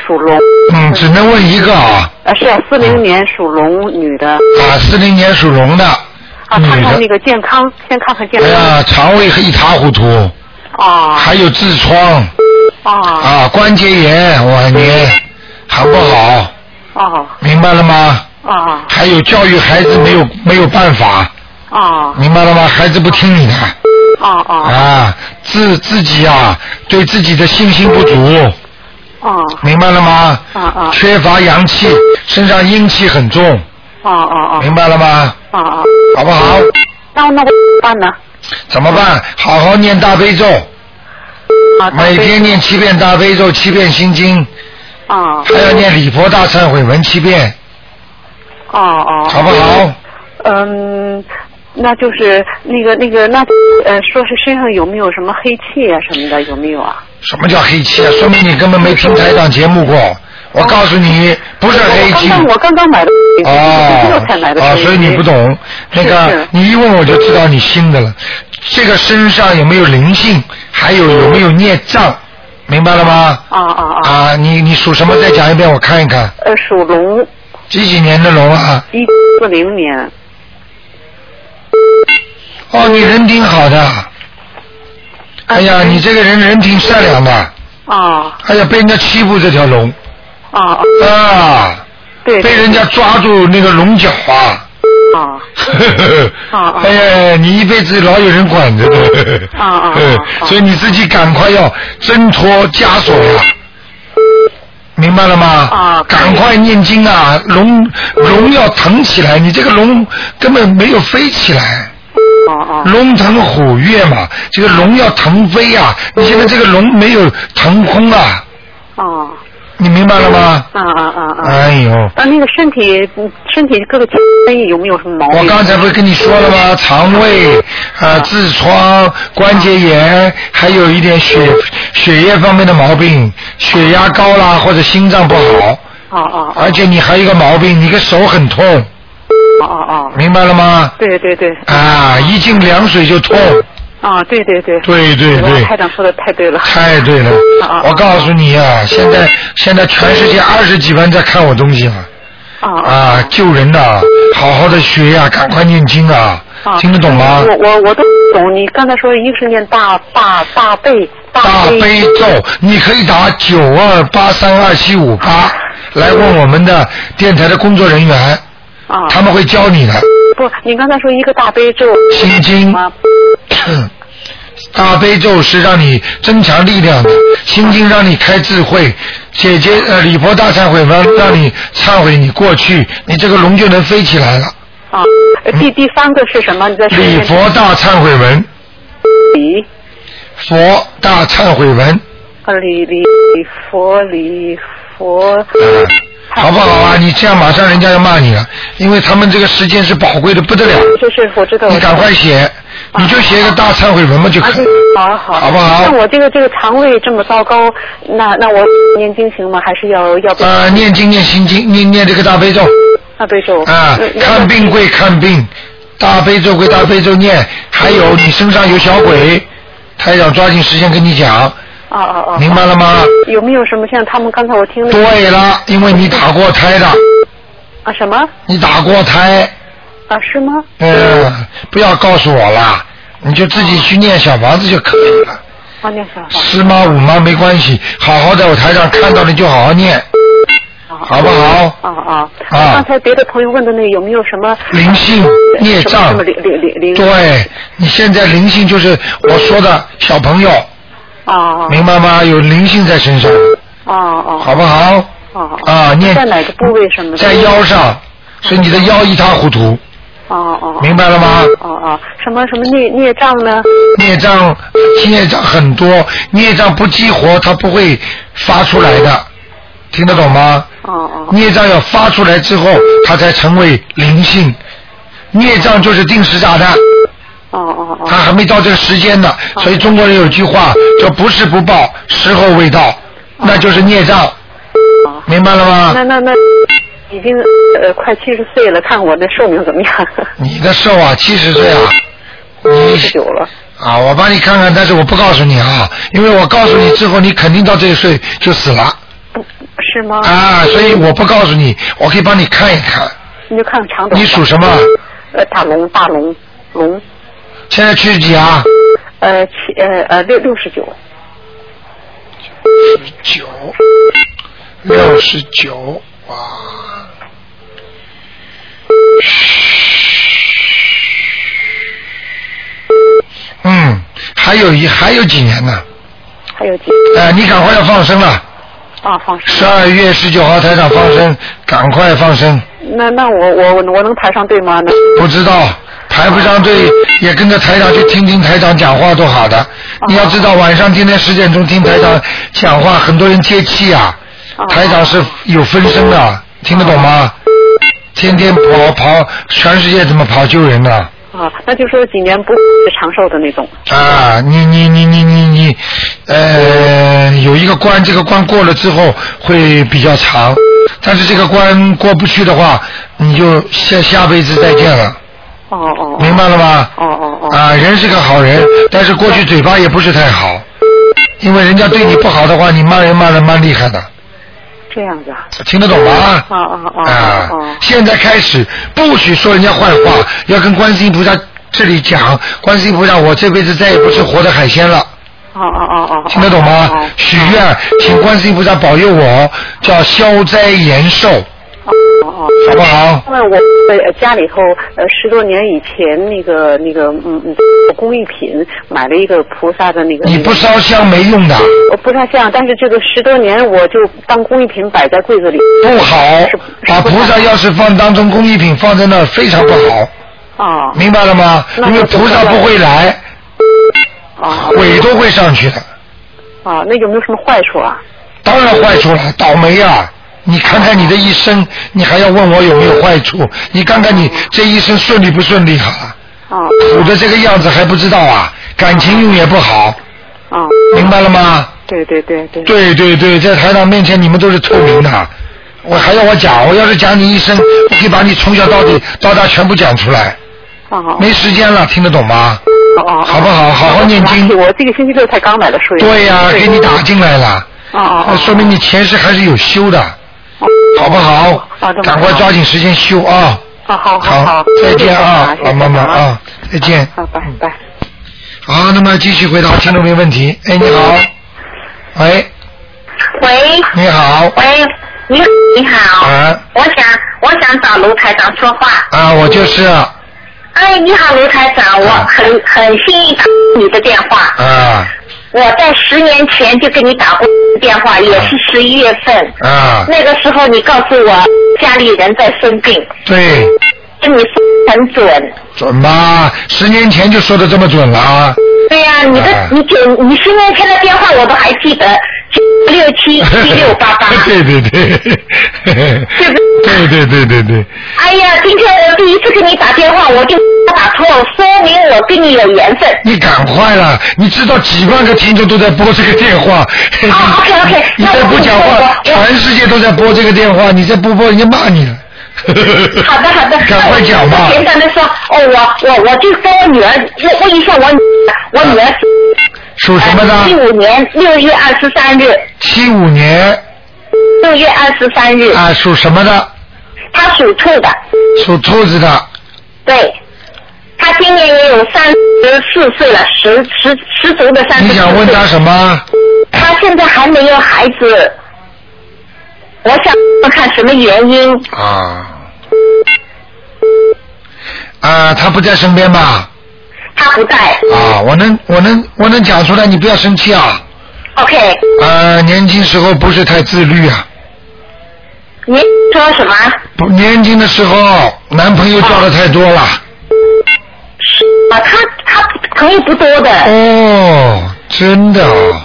Speaker 7: 属龙，
Speaker 1: 嗯，只能问一个啊。
Speaker 7: 呃是四零年属龙女的
Speaker 1: 啊，四零年属龙的。
Speaker 7: 啊，看看那个健康，先看看健
Speaker 1: 哎
Speaker 7: 康。
Speaker 1: 呀，肠胃一塌糊涂，
Speaker 7: 啊
Speaker 1: 还有痔疮
Speaker 7: 啊
Speaker 1: 啊，关节炎晚年还不好，
Speaker 7: 哦
Speaker 1: 明白了吗？
Speaker 7: 啊
Speaker 1: 还有教育孩子没有没有办法，
Speaker 7: 啊
Speaker 1: 明白了吗？孩子不听你的
Speaker 7: 啊啊
Speaker 1: 啊，自自己啊，对自己的信心不足，
Speaker 7: 啊
Speaker 1: 明白了吗？
Speaker 7: 啊啊
Speaker 1: 缺乏阳气，身上阴气很重，
Speaker 7: 啊啊啊
Speaker 1: 明白了吗？
Speaker 7: 啊啊！
Speaker 1: 好不好？
Speaker 7: 那那我怎么办呢？
Speaker 1: 怎么办？好好念大悲咒，
Speaker 7: 啊，
Speaker 1: 每天念七遍大悲咒，七遍心
Speaker 7: 嗯
Speaker 1: 经，
Speaker 7: 啊
Speaker 1: 还要念礼佛大忏悔文七遍，
Speaker 7: 哦哦，
Speaker 1: 好不好？
Speaker 7: 嗯，那就是那个那个那呃，说是身上有没有什么黑气啊什么的，有没有啊？
Speaker 1: 什么叫黑气啊？说明你根本没听台长节目过。我告诉你，不是黑
Speaker 7: 嗯我
Speaker 1: 气。
Speaker 7: 刚刚我刚刚买的，这
Speaker 1: 哦
Speaker 7: 才买，的，
Speaker 1: 哦，所以你不。懂。那
Speaker 7: 是
Speaker 1: 个
Speaker 7: 是，
Speaker 1: 你一问我就知道你新的了。这个身上有没有灵性？还有
Speaker 7: 嗯
Speaker 1: 有没有孽障？明白了吗？
Speaker 7: 啊啊啊！
Speaker 1: 啊，你你属什么？再讲一遍，我看一看。
Speaker 7: 呃，属龙，
Speaker 1: 几几年的龙啊？
Speaker 7: 一四零年。
Speaker 1: 哦，
Speaker 7: 嗯
Speaker 1: 你人挺好的。
Speaker 7: 啊
Speaker 1: 哎呀，你这个人人挺善良的。
Speaker 7: 啊
Speaker 1: 哎呀，被人家欺负这条龙
Speaker 7: 啊啊！
Speaker 1: 啊，
Speaker 7: 对。
Speaker 1: 被人家抓住那个龙角啊。
Speaker 7: 啊
Speaker 1: *laughs* 呵
Speaker 7: 啊
Speaker 1: 呵，
Speaker 7: 啊
Speaker 1: 哎呀，你一辈子老有人管着的，
Speaker 7: 啊啊
Speaker 1: 呵
Speaker 7: 啊
Speaker 1: *laughs*
Speaker 7: 啊
Speaker 1: 所以你自己赶快要挣脱枷锁呀、明白了吗？
Speaker 7: 啊可以
Speaker 1: 赶快念经啊！龙龙要腾起来，你这个龙根本没有飞起来，
Speaker 7: 啊啊！
Speaker 1: 龙腾虎跃嘛，这个龙要腾飞啊！你现在这个龙没有腾空啊，
Speaker 7: 啊
Speaker 1: 你明白了吗？
Speaker 7: 啊啊啊啊！
Speaker 1: 哎呦，
Speaker 7: 啊，那个身体身体各个器官有没有什么毛病？
Speaker 1: 我刚才不是跟你说了
Speaker 7: 嗯
Speaker 1: 吗？肠胃、
Speaker 7: 啊
Speaker 1: 呃痔疮、关节炎，还有一点
Speaker 7: 嗯
Speaker 1: 血血液方面的毛病，血压高啦，或者心脏不好，
Speaker 7: 啊啊啊
Speaker 1: 而且你还有一个毛病，你个手很痛，
Speaker 7: 啊啊！
Speaker 1: 明白了吗？
Speaker 7: 对对对，
Speaker 1: 啊，一进凉水就痛，
Speaker 7: 啊对对对，
Speaker 1: 对对对，
Speaker 7: 台长说的太对了。
Speaker 1: 太对了
Speaker 7: 啊啊啊，
Speaker 1: 我告诉你啊，现
Speaker 7: 嗯
Speaker 1: 在现在全世界二十几万在看我东西啊，
Speaker 7: 啊
Speaker 1: 啊，救人呐、好好的学呀、赶快念经啊，
Speaker 7: 啊
Speaker 1: 听得懂吗？
Speaker 7: 我我我都不懂，你刚才说一个是念大大大悲
Speaker 1: 大
Speaker 7: 悲
Speaker 1: 悲咒，你可以打九二八三二七五八来问我们的电台的工作人员，
Speaker 7: 啊，
Speaker 1: 他们会教你的。
Speaker 7: 不，你刚才说一个大悲咒
Speaker 1: 心经，
Speaker 7: 吗？
Speaker 1: *clears throat* 大悲咒是让你增强力量的，心经让你开智慧，姐姐呃礼佛大忏悔文让你忏悔你过去，你这个龙就能飞起来了。
Speaker 7: 啊，呃第第三个是什么？你再说
Speaker 1: 嗯
Speaker 7: 一
Speaker 1: 礼
Speaker 7: 遍
Speaker 1: 佛大忏悔文，
Speaker 7: 礼
Speaker 1: 佛大忏悔文，啊
Speaker 7: 呃礼礼礼佛礼佛，
Speaker 1: 嗯好不好啊？你这样马上人家要骂你了，因为他们这个时间是宝贵的不得了。
Speaker 7: 这是我知道。
Speaker 1: 你赶快写，你就写个大忏悔文嘛就
Speaker 7: 啊
Speaker 1: 可以。
Speaker 7: 好好，
Speaker 1: 好不好
Speaker 7: 那我这个这个肠胃这么糟糕，那那我念经行吗？还是要要不
Speaker 1: 呃，念经念心经，念念这个大悲咒
Speaker 7: 大悲咒？呃
Speaker 1: 啊
Speaker 7: 那，
Speaker 1: 看病归看病，大悲咒归大悲咒念。还有你身上有小
Speaker 7: 嗯
Speaker 1: 鬼，台长抓紧时间跟你讲，
Speaker 7: 啊啊啊！
Speaker 1: 明白了吗？
Speaker 7: 有没有什么像他们刚才我听的
Speaker 1: 对了，因为你打过胎的，
Speaker 7: 啊什么
Speaker 1: 你打过胎，呃
Speaker 7: 啊是吗？
Speaker 1: 嗯、不要告诉我啦，你就自己去念小房子就可以了。
Speaker 7: 哦，念小房子。
Speaker 1: 四妈五妈没关系，好好在我台上看到你就好好念，好不好？
Speaker 7: 哦哦，
Speaker 1: 啊
Speaker 7: 那刚才别的朋友问的那个有没有什么呃
Speaker 1: 灵性孽
Speaker 7: 什么
Speaker 1: 障
Speaker 7: 什么，灵灵灵灵？
Speaker 1: 对你现在灵性就是我说的小朋友，
Speaker 7: 哦哦
Speaker 1: 明白吗？有灵性在身上，
Speaker 7: 哦哦
Speaker 1: 好不好？
Speaker 7: 哦哦，
Speaker 1: 啊，念
Speaker 7: 在哪个部位什么的？
Speaker 1: 在腰上，所以你的腰一塌糊涂，
Speaker 7: 哦哦，
Speaker 1: 明白了吗？
Speaker 7: 哦哦，什么什么孽孽障呢？
Speaker 1: 孽障孽障很多，孽障不激活它不会发出来的，听得懂吗？
Speaker 7: 哦哦
Speaker 1: 孽障要发出来之后，它才成为灵性。孽障就是定时炸弹，
Speaker 7: 哦哦
Speaker 1: 它
Speaker 7: 哦
Speaker 1: 还没到这个时间呢。所以中国人有句话叫“不是不报，时候未到”，那就是孽障，
Speaker 7: 哦，
Speaker 1: 明白了
Speaker 7: 那
Speaker 1: 吗？
Speaker 7: 那那已经呃快七十岁了，看我的寿命怎么样？
Speaker 1: 你的寿啊，七十岁啊，
Speaker 7: 七
Speaker 1: 你
Speaker 7: *laughs* 十九了。
Speaker 1: 啊，我帮你看看，但是我不告诉你啊，因为我告诉你之后，你肯定到这一岁就死了
Speaker 7: 不是吗？
Speaker 1: 啊，所以我不告诉你，我可以帮你看一看。
Speaker 7: 你就看长短吧。
Speaker 1: 你属什么？
Speaker 7: 呃，大龙，大龙，龙，
Speaker 1: 现在去几啊？
Speaker 7: 呃，七呃呃六六十九，
Speaker 1: 九，六十九，哇！嗯，还有一还有几年呢？
Speaker 7: 还有几
Speaker 1: 呃，你赶快要放生了，
Speaker 7: 啊？放
Speaker 1: 十
Speaker 7: 生。
Speaker 1: 二月十九号台长放生，赶快放生。
Speaker 7: 那那我我我我能排上队吗？那
Speaker 1: 不知道排不上队，也跟着台长去听听台长讲话多好的。你要知道，晚上今天十点钟听台长讲话，很多人接气啊。
Speaker 7: 啊
Speaker 1: 台长是有分身的，听得懂吗？天天跑跑，全世界怎么跑救人呢？
Speaker 7: 啊，那就说几年不长寿的那种。
Speaker 1: 啊，你你你你你你，呃，有一个关，这个关过了之后会比较长，但是这个关过不去的话，你就下下辈子再见了，
Speaker 7: 哦哦
Speaker 1: 明白了吗？
Speaker 7: 哦哦哦
Speaker 1: 啊，人是个好人，但是过去嘴巴也不是太好，因为人家对你不好的话，你骂人骂的蛮厉害的，
Speaker 7: 这样子啊。
Speaker 1: 听得懂吗？
Speaker 7: 哦哦哦
Speaker 1: 啊
Speaker 7: 哦哦，
Speaker 1: 现在开始不许说人家坏话，要跟观世音菩萨这里讲，观世音菩萨，我这辈子再也不吃活的海鲜了，
Speaker 7: 哦哦哦哦。
Speaker 1: 听得懂
Speaker 7: 哦
Speaker 1: 吗？许愿，请观世音菩萨保佑我，叫消灾延寿，
Speaker 7: 哦哦。
Speaker 1: 好不好？
Speaker 7: 那我呃家里头呃十多年以前那个那个嗯嗯工艺品买了一个菩萨的那个。
Speaker 1: 你不烧香没用的，
Speaker 7: 我不太像，但是这个十多年我就当工艺品摆在柜子里。
Speaker 1: 不好
Speaker 7: 是，
Speaker 1: 把
Speaker 7: 是不
Speaker 1: 菩萨
Speaker 7: 好
Speaker 1: 要是放当中工艺品放在那儿非常不好。
Speaker 7: 啊
Speaker 1: 明白了吗？
Speaker 7: 那
Speaker 1: 因为菩萨不会来，
Speaker 7: 啊
Speaker 1: 鬼都会上去的，
Speaker 7: 啊！那有没有什么坏处啊？
Speaker 1: 当然坏处了，倒霉啊！你看看你的一生，你还要问我有没有坏处？你看看你这一生顺利不顺利好了，
Speaker 7: 啊
Speaker 1: 苦的这个样子还不知道啊，感情运也不好，
Speaker 7: 啊！
Speaker 1: 明白了吗？
Speaker 7: 对对对对。
Speaker 1: 对对对，在台长面前你们都是透明的，我还要我讲，我要是讲你一生，我可以把你从小到底到大全部讲出来，
Speaker 7: 啊啊
Speaker 1: 没时间了，听得懂吗？
Speaker 7: 啊！
Speaker 1: 好不好？好好念经。
Speaker 7: 我这个星期六才刚买的书。
Speaker 1: 对呀、给你打进来了。
Speaker 7: 啊啊
Speaker 1: 那
Speaker 7: 啊！
Speaker 1: 说明你前世还是有修的，好不好
Speaker 7: 好的？
Speaker 1: 赶快抓紧时间修啊！
Speaker 7: 啊好好，
Speaker 1: 再见啊，老妈妈啊，再见。
Speaker 7: 好，拜拜。
Speaker 1: 好，那么继续回答听众朋友问题。哎，你好，喂，
Speaker 6: 喂
Speaker 1: 你好，
Speaker 6: 喂，你你好，
Speaker 1: 啊
Speaker 6: 我想我想找卢台长说话。
Speaker 1: 啊，我就是啊
Speaker 6: 哎，你好，卢台长，我
Speaker 1: 啊
Speaker 6: 很很幸运打你的电话。
Speaker 1: 啊
Speaker 6: 我在十年前就跟你打过电话，也是十一月份。
Speaker 1: 啊，
Speaker 6: 那个时候你告诉我家里人在生病，
Speaker 1: 对，
Speaker 6: 跟你说得很准。
Speaker 1: 准吧？十年前就说的这么准了啊，
Speaker 6: 对呀、你的、
Speaker 1: 啊
Speaker 6: 你九你十年前的电话我都还记得，九六
Speaker 1: *laughs*
Speaker 6: 七七六八八。
Speaker 1: 对对对， *laughs* 对对对对对。
Speaker 6: 哎呀，今天我第一次跟你打电话，我就打错，说明我跟你有缘分。
Speaker 1: 你赶快啦！你知道几万个听众都在拨这个电话，
Speaker 6: 啊
Speaker 1: *laughs*
Speaker 6: OK，OK，
Speaker 1: 你
Speaker 6: 那
Speaker 1: 再
Speaker 6: 我
Speaker 1: 不讲
Speaker 6: 我
Speaker 1: 话，
Speaker 6: 我
Speaker 1: 全世界都在拨这个电话，你再不拨人家骂你了。
Speaker 6: *laughs* 好的好的，
Speaker 1: 赶快讲
Speaker 6: 那
Speaker 1: 吧
Speaker 6: 我。简单的说，哦，我我我就跟我女儿问问一下我女儿，我女儿
Speaker 1: 属什么
Speaker 6: 呃七
Speaker 1: 的？
Speaker 6: 五年六月二十三日，
Speaker 1: 七五年
Speaker 6: 六月二十三日，
Speaker 1: 啊，属什么的？
Speaker 6: 她属兔的，
Speaker 1: 属兔子的。
Speaker 6: 对，她
Speaker 4: 他今年也有三十四岁了，十十十足的三十
Speaker 1: 你
Speaker 4: 四岁。
Speaker 1: 想问他什么？
Speaker 4: 他现在还没有孩子，我想看什么原因。
Speaker 1: 啊啊，他不在身边吧？
Speaker 4: 他不在
Speaker 1: 啊，我能我能我能讲出来，你不要生气啊。
Speaker 4: ，OK，
Speaker 1: 呃，年轻时候不是太自律啊，
Speaker 4: 您说什么？啊
Speaker 1: 不，年轻的时候男朋友交的太多了。
Speaker 4: 是啊，他他朋友不多的，
Speaker 1: 哦，真的哦，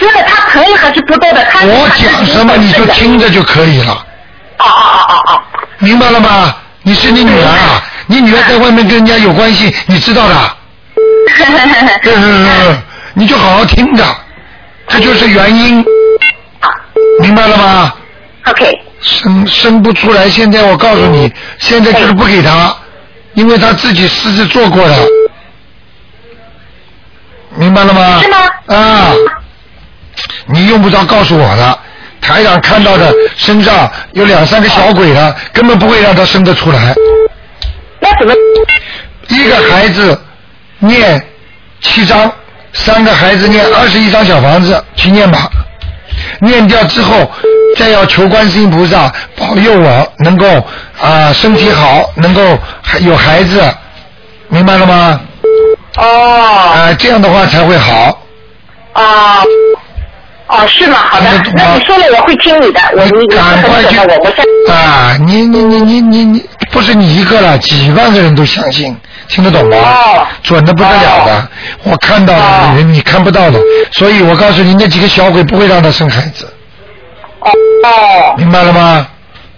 Speaker 4: 真的他朋友还是不多的。他
Speaker 1: 我讲什么你就。听着就可以了，
Speaker 4: 哦哦哦哦哦，
Speaker 1: 明白了吗？你是你女儿啊，你女儿在外面跟人家有关系，你知道的。呃你就好好听着，这就是原因，明白了吗？
Speaker 4: OK，
Speaker 1: 生生不出来，现在我告诉你，现在就是不给他，因为他自己私自做过的，明白了吗？
Speaker 4: 是吗
Speaker 1: 啊，你用不着告诉我的，台长看到的身上有两三个小鬼了，根本不会让他生得出来。
Speaker 4: 那怎么？
Speaker 1: 一个孩子念七章，三个孩子念二十一张小房子，去念吧。念掉之后，再要求观世音菩萨保佑我能够啊、身体好，能够还有孩子，明白了吗？啊、
Speaker 4: 哦
Speaker 1: 这样的话才会好。
Speaker 4: 哦哦，是吗？好的
Speaker 1: 听得懂，啊吗
Speaker 4: 那你说了我会听你的，我你
Speaker 1: 你
Speaker 4: 你
Speaker 1: 赶快去
Speaker 4: 说的我不相
Speaker 1: 啊！你你你你你你，不是你一个了，几万个人都相信，听得懂吗？
Speaker 4: 哦
Speaker 1: 准的不得了的，
Speaker 4: 哦
Speaker 1: 我看到
Speaker 4: 哦
Speaker 1: 了，人你看不到的，所以我告诉你，那几个小鬼不会让他生孩子，
Speaker 4: 哦哦
Speaker 1: 明白了吗？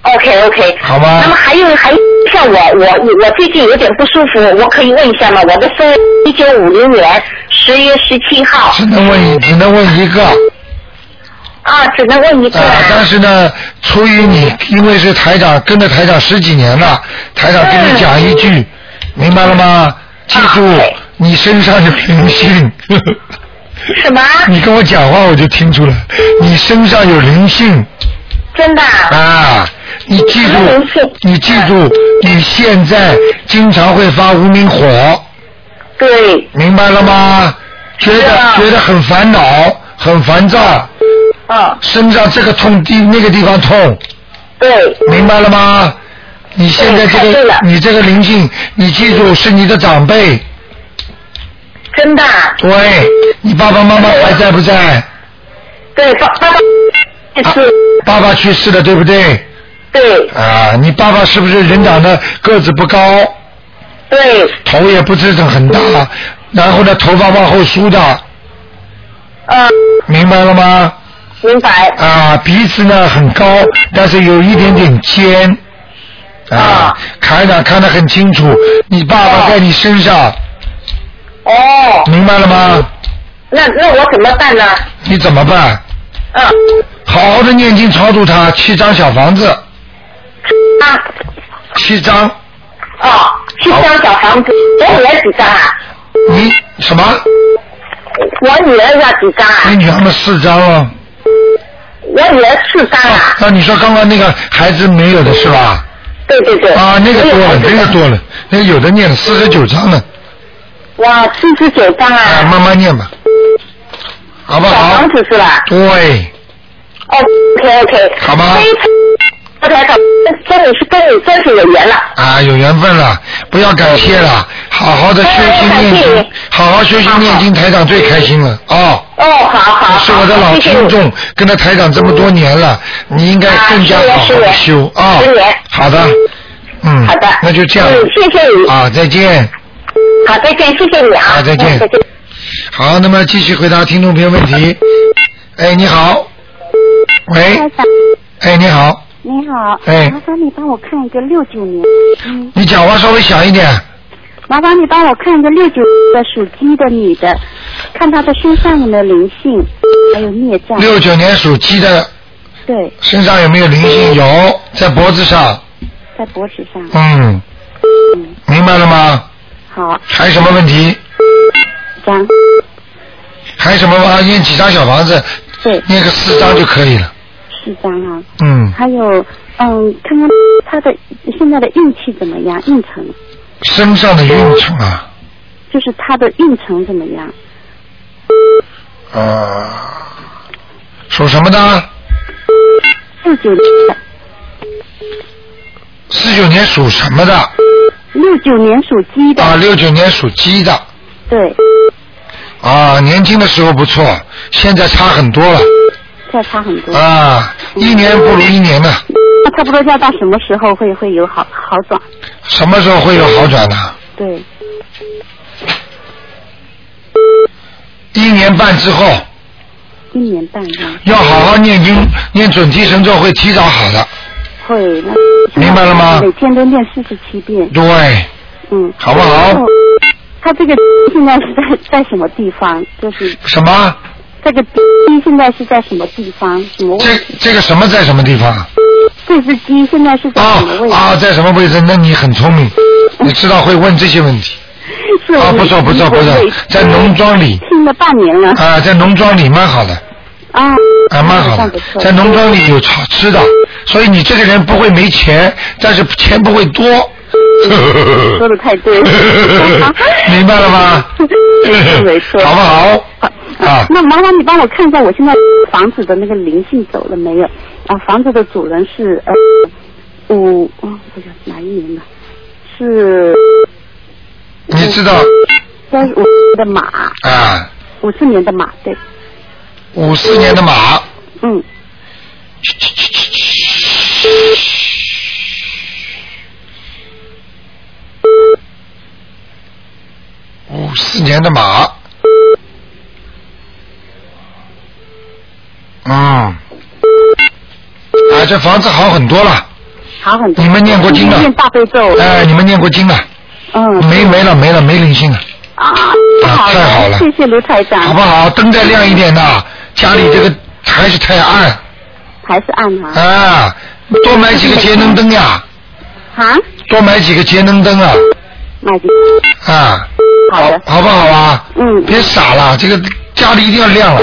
Speaker 4: ，OK OK，
Speaker 1: 好吗
Speaker 4: 那么还有还有像我我我最近有点不舒服，我可以问一下吗？我的生日一九五零年十月十七号
Speaker 1: 只能问，只能问一个啊、
Speaker 4: 啊，只能问一个啊。
Speaker 1: 但是呢，出于你因为是台长跟着台长十几年了，台长跟你讲一句，明白了吗？记住
Speaker 4: 嗯啊对，
Speaker 1: 你身上有灵性。 *laughs*
Speaker 4: 什么？
Speaker 1: 你跟我讲话我就听出来，你身上有灵性
Speaker 4: 真的啊？
Speaker 1: 啊！你记住
Speaker 4: 什么灵性，
Speaker 1: 你记住，你现在经常会发无名火，
Speaker 4: 对，
Speaker 1: 明白了吗？觉
Speaker 4: 知
Speaker 1: 得
Speaker 4: 道
Speaker 1: 觉得很烦恼，很烦躁，
Speaker 4: 嗯，
Speaker 1: 身上这个痛地那个地方痛，
Speaker 4: 对，
Speaker 1: 明白了吗？你现在这
Speaker 4: 对哎太对
Speaker 1: 个
Speaker 4: 了
Speaker 1: 你这个灵性，你记住是你的长辈，
Speaker 4: 真的啊。
Speaker 1: 对你爸爸妈妈还在不在？
Speaker 4: 对，爸爸爸是，
Speaker 1: 爸爸去世了，对不对？
Speaker 4: 对
Speaker 1: 啊，你爸爸是不是人长得个子不高，
Speaker 4: 对，
Speaker 1: 头也不是很大，然后呢头发往后梳的，
Speaker 4: 嗯，
Speaker 1: 明白了吗？
Speaker 4: 明白。
Speaker 1: 啊，鼻子呢很高，但是有一点点尖，啊
Speaker 4: 啊，
Speaker 1: 看长看得很清楚，你爸爸在你身上，
Speaker 4: 哦，
Speaker 1: 明白了吗？
Speaker 4: 那那我怎么办呢？
Speaker 1: 你怎么办？
Speaker 4: 嗯，
Speaker 1: 好好的念经超度他，七张小房子，
Speaker 4: 啊，
Speaker 1: 七张，
Speaker 4: 哦，七张小房子，我女儿几张啊？
Speaker 1: 你什么？
Speaker 4: 我女儿要几张
Speaker 1: 你
Speaker 4: 啊？
Speaker 1: 女儿们四张了。
Speaker 4: 我女儿四张啊。
Speaker 1: 那你说刚刚那个孩子没有的是吧？
Speaker 4: 对对对。
Speaker 1: 啊，那个多了，
Speaker 4: 没
Speaker 1: 那
Speaker 4: 有
Speaker 1: 个。多了，那个有的念了四十九章呢，
Speaker 4: 哇，四十九张
Speaker 1: 啊，
Speaker 4: 啊，
Speaker 1: 慢慢念吧，好不
Speaker 4: 小
Speaker 1: 好
Speaker 4: 房？子是吧？
Speaker 1: 对，
Speaker 4: 哦，OK OK。
Speaker 1: 好吗
Speaker 4: 非常。我台长，真的是跟你真是有缘了。
Speaker 1: 啊，有缘分了，不要感谢了，好好的修心
Speaker 4: 哎
Speaker 1: 念
Speaker 4: 感谢
Speaker 1: 经
Speaker 4: 你，
Speaker 1: 好好修心念经，台长最开心了哦。
Speaker 4: 哦，好好好，
Speaker 1: 是我的老
Speaker 4: 谢谢
Speaker 1: 听
Speaker 4: 你。
Speaker 1: 众，跟着台长这么多年了，你应该更加好好的修啊
Speaker 4: 啊十年十年十年。
Speaker 1: 好的，嗯，
Speaker 4: 好的
Speaker 1: 那就这样。
Speaker 4: 嗯谢谢你
Speaker 1: 啊，再见。
Speaker 4: 好，再见，谢谢你啊。
Speaker 1: 好再见
Speaker 4: 嗯再见。
Speaker 1: 好，那么继续回答听众朋友问题。哎，你好，喂，哎，你好，
Speaker 8: 你好，
Speaker 1: 哎
Speaker 8: 麻烦你帮我看一个六九年，嗯，
Speaker 1: 你讲话稍微响一点。
Speaker 8: 麻烦你帮我看一个六九的属鸡的女的，看她的身上有没有灵性，还有孽障。
Speaker 1: 六九年属鸡的
Speaker 8: 对，
Speaker 1: 身上有没有灵性？有，在脖子上。
Speaker 8: 在脖子上。
Speaker 1: 嗯，
Speaker 8: 嗯，
Speaker 1: 明白了吗？
Speaker 8: 好，
Speaker 1: 还有什么问题？
Speaker 8: 张，
Speaker 1: 还有什么吗？念几张小房子？
Speaker 8: 对，
Speaker 1: 念个四张就可以了。
Speaker 8: 是张啊。
Speaker 1: 嗯，
Speaker 8: 还有，嗯，看看她的现在的运气怎么样，运程。
Speaker 1: 身上的运程啊，
Speaker 8: 就是他的运程怎么样？
Speaker 1: 呃，属什么的？
Speaker 8: 六九
Speaker 1: 四九年属什么的？
Speaker 8: 六九年属鸡的，
Speaker 1: 啊，六九年属鸡的。
Speaker 8: 对，
Speaker 1: 啊，年轻的时候不错，现在差很多了。
Speaker 8: 再差很多。
Speaker 1: 啊，一年不如一年呢。
Speaker 8: 那差不多要到什么时候会会有好好转？
Speaker 1: 什么时候会有好转呢？
Speaker 8: 对，
Speaker 1: 一年半之后，
Speaker 8: 一年半呢
Speaker 1: 要好好念经，念准提神咒会提早好的。
Speaker 8: 会那。
Speaker 1: 明白了吗
Speaker 8: 每天都念四十七遍，
Speaker 1: 对，
Speaker 8: 嗯。
Speaker 1: 好不好
Speaker 8: 然后他这个现在是在在什么地方？就是
Speaker 1: 什么？
Speaker 8: 这个鸡现在是在什么地方？什么位
Speaker 1: 这？这个什么在什么地方？
Speaker 8: 这只鸡现在是在
Speaker 1: 啊
Speaker 8: 什么位置？
Speaker 1: 啊，在什么位置？那你很聪明，你知道会问这些问题。
Speaker 8: 是
Speaker 1: 啊，不错不错不错，在农庄里
Speaker 8: 听了半年了
Speaker 1: 啊，在农庄里蛮好的
Speaker 8: 啊
Speaker 1: 啊，蛮好
Speaker 8: 算
Speaker 1: 的
Speaker 8: 不，错
Speaker 1: 在农庄里有好吃
Speaker 8: 嗯
Speaker 1: 的，所以你这个人不会没钱，但是钱不会多。 *laughs*
Speaker 8: 说的太对了，？
Speaker 1: 明白了吗
Speaker 8: 嗯没错，嗯
Speaker 1: 好不好？啊
Speaker 8: 那麻烦你帮我看一下，我现在房子的那个灵性走了没有？啊，房子的主人是呃五，哦哎呀，哪一年的？是
Speaker 1: 你知道
Speaker 8: 三五十的马，
Speaker 1: 啊，
Speaker 8: 五四年的马，对，
Speaker 1: 五四年的马，
Speaker 8: 嗯，
Speaker 1: 五四年的马，嗯，啊，这房子好很多了。
Speaker 8: 好很多。
Speaker 1: 你们念过经了
Speaker 8: 念大悲咒，
Speaker 1: 哎，你们念过经了？
Speaker 8: 嗯，
Speaker 1: 没没了没了没灵性了，
Speaker 8: 啊，太好
Speaker 1: 太好了
Speaker 8: 谢谢卢台长，
Speaker 1: 好不好？灯再亮一点呐，家里这个
Speaker 8: 嗯
Speaker 1: 还是太暗
Speaker 8: 还是按啊
Speaker 1: 啊，多买几个节能灯呀，
Speaker 8: 啊，
Speaker 1: 多买几个节能灯啊
Speaker 8: 买的，
Speaker 1: 啊，
Speaker 8: 好的，
Speaker 1: 好不好啊？
Speaker 8: 嗯，
Speaker 1: 别傻了，这个家里一定要亮了。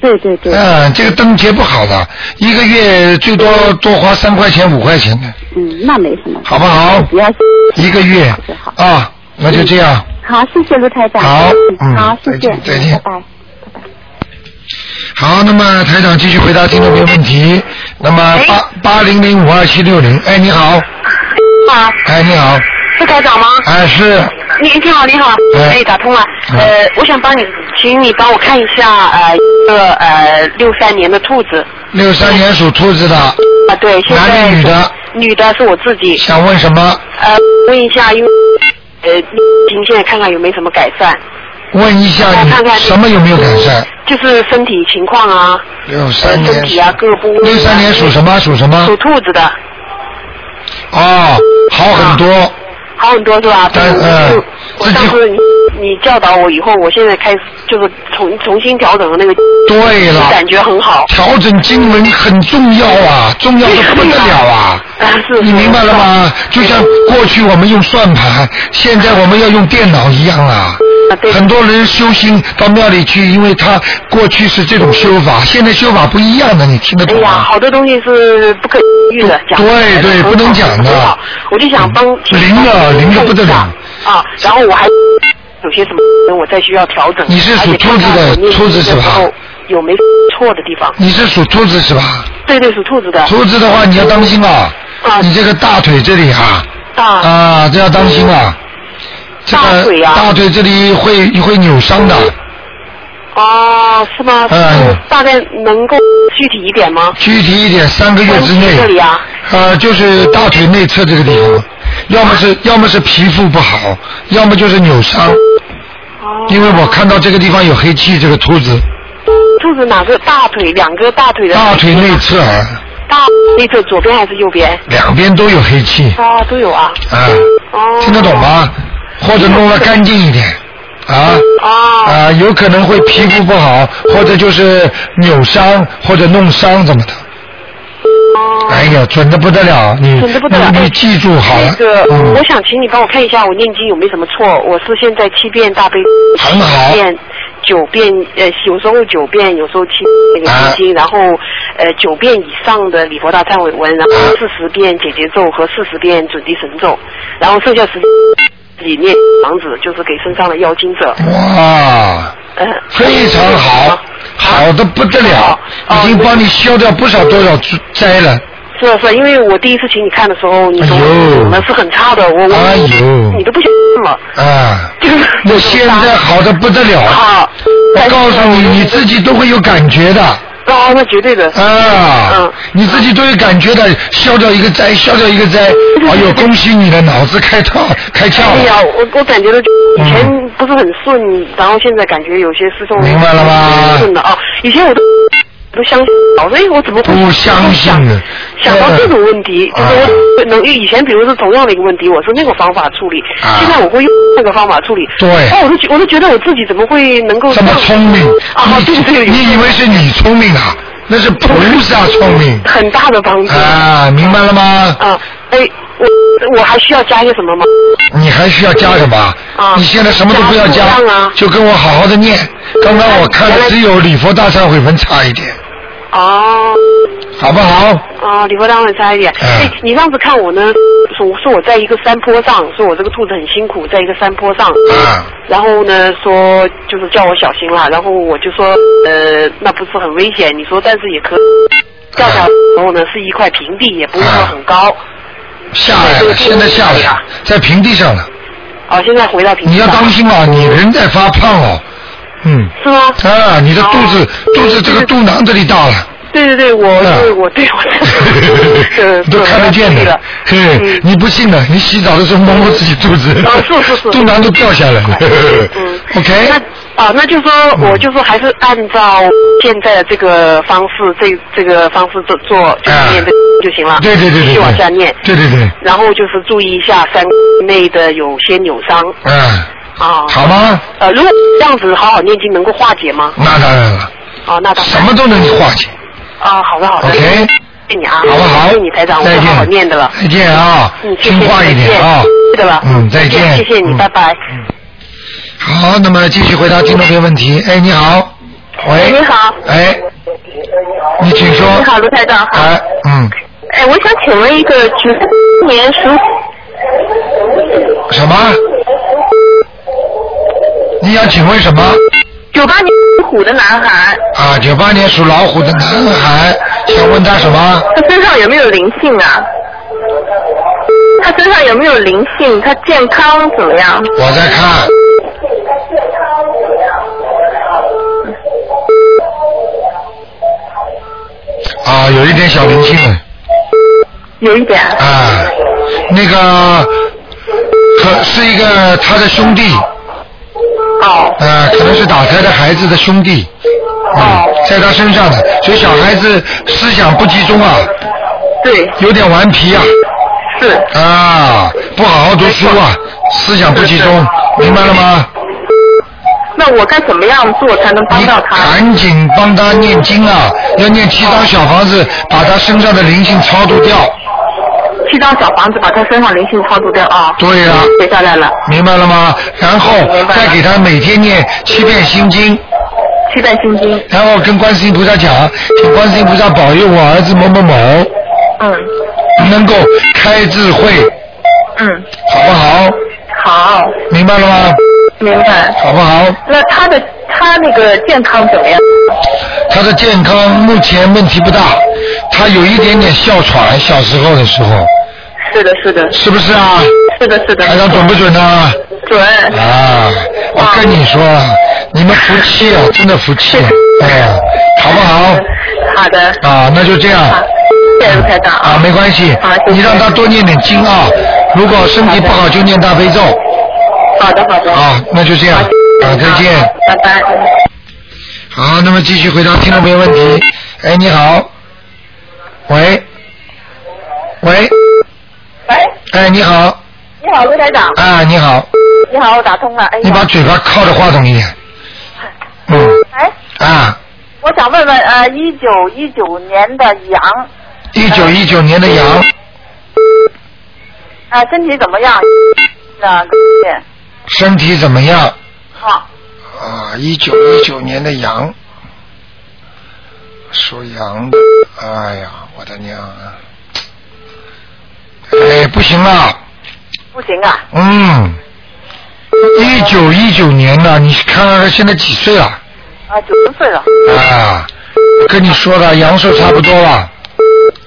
Speaker 8: 对对对，
Speaker 1: 嗯，这个灯节不好的，一个月最多多花三块钱五块钱的，
Speaker 8: 嗯，那没什么，
Speaker 1: 好不好？
Speaker 8: 只要
Speaker 1: 一个月
Speaker 8: 好的好
Speaker 1: 啊，那就这样。
Speaker 8: 好，谢谢卢台长，
Speaker 1: 好嗯
Speaker 8: 好，谢
Speaker 1: 再
Speaker 8: 谢，
Speaker 1: 见再见
Speaker 8: 拜拜。
Speaker 1: 好，那么台长继续回答听众朋友问题。那么
Speaker 8: 哎
Speaker 1: 八八零零五二七六零，哎，你好，
Speaker 7: 啊，
Speaker 1: 哎，你好，
Speaker 7: 是台长吗？
Speaker 1: 哎，是
Speaker 7: 你你好，你好，
Speaker 1: 哎
Speaker 7: 哎，打通了。
Speaker 1: 嗯
Speaker 7: 呃，我想帮你，请你帮我看一下呃一个呃六三年的兔子
Speaker 1: 六三年属兔子的，
Speaker 7: 啊，对，现
Speaker 1: 男
Speaker 7: 在
Speaker 1: 的女
Speaker 7: 是
Speaker 1: 的，
Speaker 7: 女的是我自己。
Speaker 1: 想问什么？
Speaker 7: 呃，问一下，因为呃，您现在看看有没有什么改善，
Speaker 1: 问一下
Speaker 7: 我看
Speaker 1: 你
Speaker 7: 看
Speaker 1: 什么有没有改善？
Speaker 7: 就是身体情况啊，
Speaker 1: 六
Speaker 7: 呃
Speaker 1: 三，
Speaker 7: 身
Speaker 1: 年
Speaker 7: 体，啊各部位啊。
Speaker 1: 六三年属什么？属什么
Speaker 7: 属？兔子的，
Speaker 1: 哦，好很
Speaker 7: 啊
Speaker 1: 多，
Speaker 7: 好很多是吧？
Speaker 1: 但嗯，
Speaker 7: 我
Speaker 1: 自
Speaker 7: 上
Speaker 1: 己
Speaker 7: 次你你教导我以后，我现在开始就是重重新调整了那个，
Speaker 1: 对了，
Speaker 7: 感觉很好。 *laughs*
Speaker 1: 调整经文很重要啊，重要的不得了啊。
Speaker 7: 啊是
Speaker 1: 你明白了吗？就像过去我们用算盘，现在我们要用电脑一样啊。
Speaker 7: 啊对
Speaker 1: 很多人修心到庙里去，因为他过去是这种修法，现在修法不一样的，你听得
Speaker 7: 哎
Speaker 1: 懂
Speaker 7: 呀，
Speaker 1: 吗？
Speaker 7: 好多东西是不可遇的，讲
Speaker 1: 啊对对
Speaker 7: 很好
Speaker 1: 不能讲的嗯
Speaker 7: 很好我就想帮
Speaker 1: 灵了灵了不得了
Speaker 7: 啊！然后我还有些什么，我再需要调整。
Speaker 1: 你是属
Speaker 7: 而且
Speaker 1: 兔子的
Speaker 7: 看看我
Speaker 1: 兔子是吧
Speaker 7: 念经的时候有没有错的地方？
Speaker 1: 你是属兔子是吧？
Speaker 7: 对对，属兔子的
Speaker 1: 兔子的话你要当心啊，
Speaker 7: 啊
Speaker 1: 你这个大腿这里啊，
Speaker 7: 啊，
Speaker 1: 啊，这要当心啊。这个
Speaker 7: 大腿啊
Speaker 1: 大腿这里会会扭伤的。
Speaker 7: 哦，是吗？
Speaker 1: 嗯
Speaker 7: 大概能够具体一点吗？
Speaker 1: 具体一点，三个月之内。
Speaker 7: 这里啊。
Speaker 1: 呃，就是大腿内侧这个地方，要么
Speaker 7: 啊
Speaker 1: 是要么是皮肤不好，要么就是扭伤。
Speaker 7: 哦，
Speaker 1: 因为我看到这个地方有黑气，这个兔子
Speaker 7: 兔子哪个大腿？两个大腿的
Speaker 1: 大腿内侧啊
Speaker 7: 大那个左边还是右边？
Speaker 1: 两边都有黑气
Speaker 7: 啊，都有啊。
Speaker 1: 啊，
Speaker 7: 哦，
Speaker 1: 听得懂？吗？或者弄得干净一点啊
Speaker 7: 啊，
Speaker 1: 啊，有可能会皮肤不好，
Speaker 7: 嗯
Speaker 1: 或者就是扭伤或者弄伤怎么的。
Speaker 7: 哦
Speaker 1: 哎呀，准的不得了，你
Speaker 7: 准得不得了
Speaker 1: 嗯你你
Speaker 7: 哎
Speaker 1: 记住好了
Speaker 7: 那，个，
Speaker 1: 嗯
Speaker 7: 我，想请你帮我看一下我念经有没有什么错。我是现在七遍大悲，
Speaker 1: 很好
Speaker 7: 七遍九遍，呃，有时候九遍，有时候七遍
Speaker 1: 啊
Speaker 7: 心经，然后呃九遍以上的礼佛大忏悔文，然后
Speaker 1: 啊
Speaker 7: 四十遍解结咒和四十遍准提神咒，然后剩下十自己念房子，就是给身上的妖精者。
Speaker 1: 哇，
Speaker 7: 嗯、
Speaker 1: 非常好，好的不得了，
Speaker 7: 哦
Speaker 1: 已经帮你消掉不少多少灾了。
Speaker 7: 是啊是啊，因为我第一次请你看的时候，你说
Speaker 1: 哎呦
Speaker 7: 我们是很差的，我我、
Speaker 1: 哎呦
Speaker 7: 你都不相信了。 *laughs*
Speaker 1: 啊，那现在好的不得了。
Speaker 7: 好，嗯
Speaker 1: 我告诉你，你自己都会有感觉的。
Speaker 7: 啊，那绝对的。嗯
Speaker 1: 啊，你自己都有感觉的，消掉一个灾，消掉一个灾。哎呦，恭喜你的脑子开窍，开窍
Speaker 7: 嗯哎呀
Speaker 1: 了。，嗯
Speaker 7: 我我感觉到以前不是很顺，然后现在感觉有些事情
Speaker 1: 明白了吗
Speaker 7: 顺了啊，以前我都不相信，老是哎，我怎么会
Speaker 1: 不相信了
Speaker 7: 想到这种问题，就
Speaker 1: 哎
Speaker 7: 是我能以前比如说同样的一个问题，我是那个方法处理，
Speaker 1: 啊
Speaker 7: 现在我会用那个方法处理。
Speaker 1: 对
Speaker 7: 哦，我都觉我都觉得我自己怎么会能够
Speaker 1: 这么
Speaker 7: 样
Speaker 1: 聪明，
Speaker 7: 啊？对对对，
Speaker 1: 你你以为是你聪明啊？那是菩萨聪明
Speaker 7: 很大的帮助
Speaker 1: 啊！明白了吗？
Speaker 7: 啊！哎，我我还需要加些什么吗？
Speaker 1: 你还需要加什么？
Speaker 7: 啊
Speaker 1: 你现在什么都不要加
Speaker 7: 加什么样啊，哦
Speaker 1: 就跟我好好的念。刚刚我看
Speaker 7: 原来
Speaker 1: 只有礼佛大忏悔文差一点，
Speaker 7: 哦。
Speaker 1: 好不好？
Speaker 7: 啊，理科单位差一点。
Speaker 1: 嗯
Speaker 7: 哎、你上次看我呢，说说我在一个山坡上，说我这个兔子很辛苦，在一个山坡上。
Speaker 1: 啊，
Speaker 7: 然后呢，说就是叫我小心啦。然后我就说，呃，那不是很危险？你说，但是也可以掉下来的时候呢，是一块平地，也不是说很高。
Speaker 1: 下来了，现在下来了，在平地上了。
Speaker 7: 啊，现在回到平地
Speaker 1: 你要
Speaker 7: 上
Speaker 1: 当心啊，你人在发胖哦。嗯。
Speaker 7: 是吗？
Speaker 1: 啊，你的肚子、
Speaker 7: 哦
Speaker 1: 肚子这个肚囊这里大了。
Speaker 7: 对对对，我
Speaker 1: 啊
Speaker 7: 对我对我 *laughs*
Speaker 1: 都看得见的 *laughs*
Speaker 7: 的。，嗯
Speaker 1: 嘿，你不信的，你洗澡的时候摸摸自己肚子
Speaker 7: 啊是是，是
Speaker 1: *laughs* 肚腩都掉下来了
Speaker 7: 嗯。
Speaker 1: *laughs* OK，
Speaker 7: 那啊，那就说，
Speaker 1: 嗯
Speaker 7: 我就说还是按照现在的这个方式，这这个方式做做，就是念这就行了。
Speaker 1: 啊对对对
Speaker 7: 继
Speaker 1: 对
Speaker 7: 续
Speaker 1: 对，
Speaker 7: 往下念。
Speaker 1: 对对对，
Speaker 7: 然后就是注意一下山内的有些扭伤
Speaker 1: 嗯，
Speaker 7: 啊。
Speaker 1: 好吗？
Speaker 7: 呃，如果这样子好好念经，能够化解吗？
Speaker 1: 那当然了，
Speaker 7: 啊，那当然。
Speaker 1: 什么都能化解
Speaker 7: 啊，好的好的。
Speaker 1: ，OK，
Speaker 7: 谢谢你啊，
Speaker 1: 好不好？
Speaker 7: 谢谢你台长，我
Speaker 1: 再
Speaker 7: 会好好念
Speaker 1: 见
Speaker 7: 的了。，
Speaker 1: 再见啊
Speaker 7: 嗯，，谢谢
Speaker 1: 听
Speaker 7: 你，
Speaker 1: 话一
Speaker 7: 再
Speaker 1: 点
Speaker 7: 见
Speaker 1: 啊。
Speaker 7: 是的吧？
Speaker 1: 嗯，再见。
Speaker 7: 谢谢你，
Speaker 1: 嗯
Speaker 7: 拜
Speaker 4: 哎
Speaker 7: 拜。
Speaker 1: 好，那么继续回答听众朋友问题。哎，你好，喂，
Speaker 4: 你好
Speaker 1: 哎，你请说。
Speaker 4: 你好，卢台长。好。
Speaker 1: 哎，嗯，
Speaker 4: 哎，我想请问一个九四年属
Speaker 1: 什么？你想请问什么？
Speaker 4: 九八年属虎的男孩，
Speaker 1: 啊，九八年属老虎的男孩，想问他什么？
Speaker 4: 他身上有没有灵性啊？他身上有没有灵性？他健康怎么样？
Speaker 1: 我在看。啊，有一点小灵性了。
Speaker 4: 有一点。
Speaker 1: 啊，那个可是一个他的兄弟，
Speaker 4: 哦
Speaker 1: 呃，可能是打胎的孩子的兄弟，嗯，在他身上的，所以小孩子思想不集中啊，
Speaker 4: 对，
Speaker 1: 有点顽皮啊，
Speaker 4: 是
Speaker 1: 啊，不好好读书啊，思想不集中，明白了吗？
Speaker 4: 那我该怎么样做才能帮
Speaker 1: 你
Speaker 4: 到他？
Speaker 1: 赶紧帮他念经啊，要念七张小房子，把他身上的灵性超度掉，
Speaker 4: 七张小房子把他身上灵性超度掉啊。
Speaker 1: 对呀
Speaker 4: 写下来了，
Speaker 1: 明白了吗？然后再给他每天念七遍心经。
Speaker 4: 七遍心经。
Speaker 1: 然后跟观世音菩萨讲，请观世音菩萨保佑我儿子某某某
Speaker 4: 嗯
Speaker 1: 能够开智慧，
Speaker 4: 嗯，
Speaker 1: 好不好？
Speaker 4: 好，
Speaker 1: 明白了吗？
Speaker 4: 明白。
Speaker 1: 好不好？
Speaker 4: 那他的他那个健康怎么样？
Speaker 1: 他的健康目前问题不大，他有一点点哮喘，小时候的时候，
Speaker 4: 是的，是的，
Speaker 1: 是不是啊？
Speaker 4: 是的，是的。
Speaker 7: 哎
Speaker 1: 台长准不准呢、啊？
Speaker 4: 准。
Speaker 1: 我跟你说，你们服气啊，真的服气、
Speaker 4: *laughs*
Speaker 1: 啊，哎呀，好不好？
Speaker 4: 好的，
Speaker 1: 啊，那就这样。
Speaker 4: 好，谢谢卢台长
Speaker 1: 啊，没关系
Speaker 4: 好，谢谢
Speaker 1: 你让他多念点经啊。如果身体不好就念大悲咒。
Speaker 4: 好的，好的。
Speaker 1: 啊，那就这样，啊，再见。
Speaker 4: 拜拜。
Speaker 1: 好，那么继续回答听众朋友问题。哎，你好，喂，喂，
Speaker 4: 喂，
Speaker 1: 哎，你好，
Speaker 4: 你好，卢台长。
Speaker 1: 啊，你好，
Speaker 4: 你好，我打通了。哎呀，
Speaker 1: 你把嘴巴靠着话筒一点。嗯，
Speaker 4: 哎，
Speaker 1: 啊，
Speaker 4: 我想问问，呃，一九一九年的羊，
Speaker 1: 一九一九年的羊，
Speaker 4: 啊、身体怎么样？那对，
Speaker 1: 身体怎么样？
Speaker 4: 啊，
Speaker 1: 啊，一九一九年的羊，属羊的，哎呀，我的娘啊！哎，不行了，
Speaker 4: 不行啊，
Speaker 1: 嗯，一九一九年的，你看看他现在几岁了？
Speaker 7: 啊，九十岁了。
Speaker 1: 啊，跟你说的阳寿差不多了，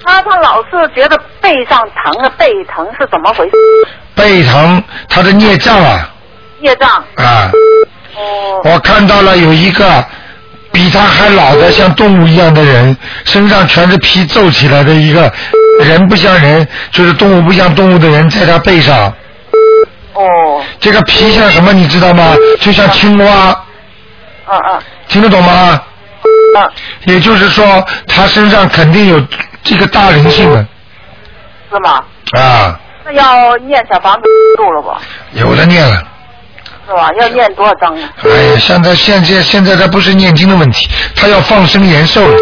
Speaker 7: 他他老是觉得背上疼啊，背疼是怎么回事？
Speaker 1: 背疼，他的孽障了
Speaker 7: 业障。
Speaker 1: 啊。我看到了有一个比他还老的像动物一样的人，身上全是皮皱起来的一个人不像人，就是动物不像动物的人，在他背上。哦。这个皮像什么你知道吗？就像青蛙。
Speaker 7: 嗯嗯。
Speaker 1: 听得懂吗？
Speaker 7: 嗯。
Speaker 1: 也就是说，他身上肯定有这个大灵性的
Speaker 7: 是吗？
Speaker 1: 啊，
Speaker 7: 那要念小房子住了不？
Speaker 1: 有的念了。
Speaker 7: 是吧？要念多少章啊？
Speaker 1: 哎呀，现在现在现在他不是念经的问题，他要放生延寿了。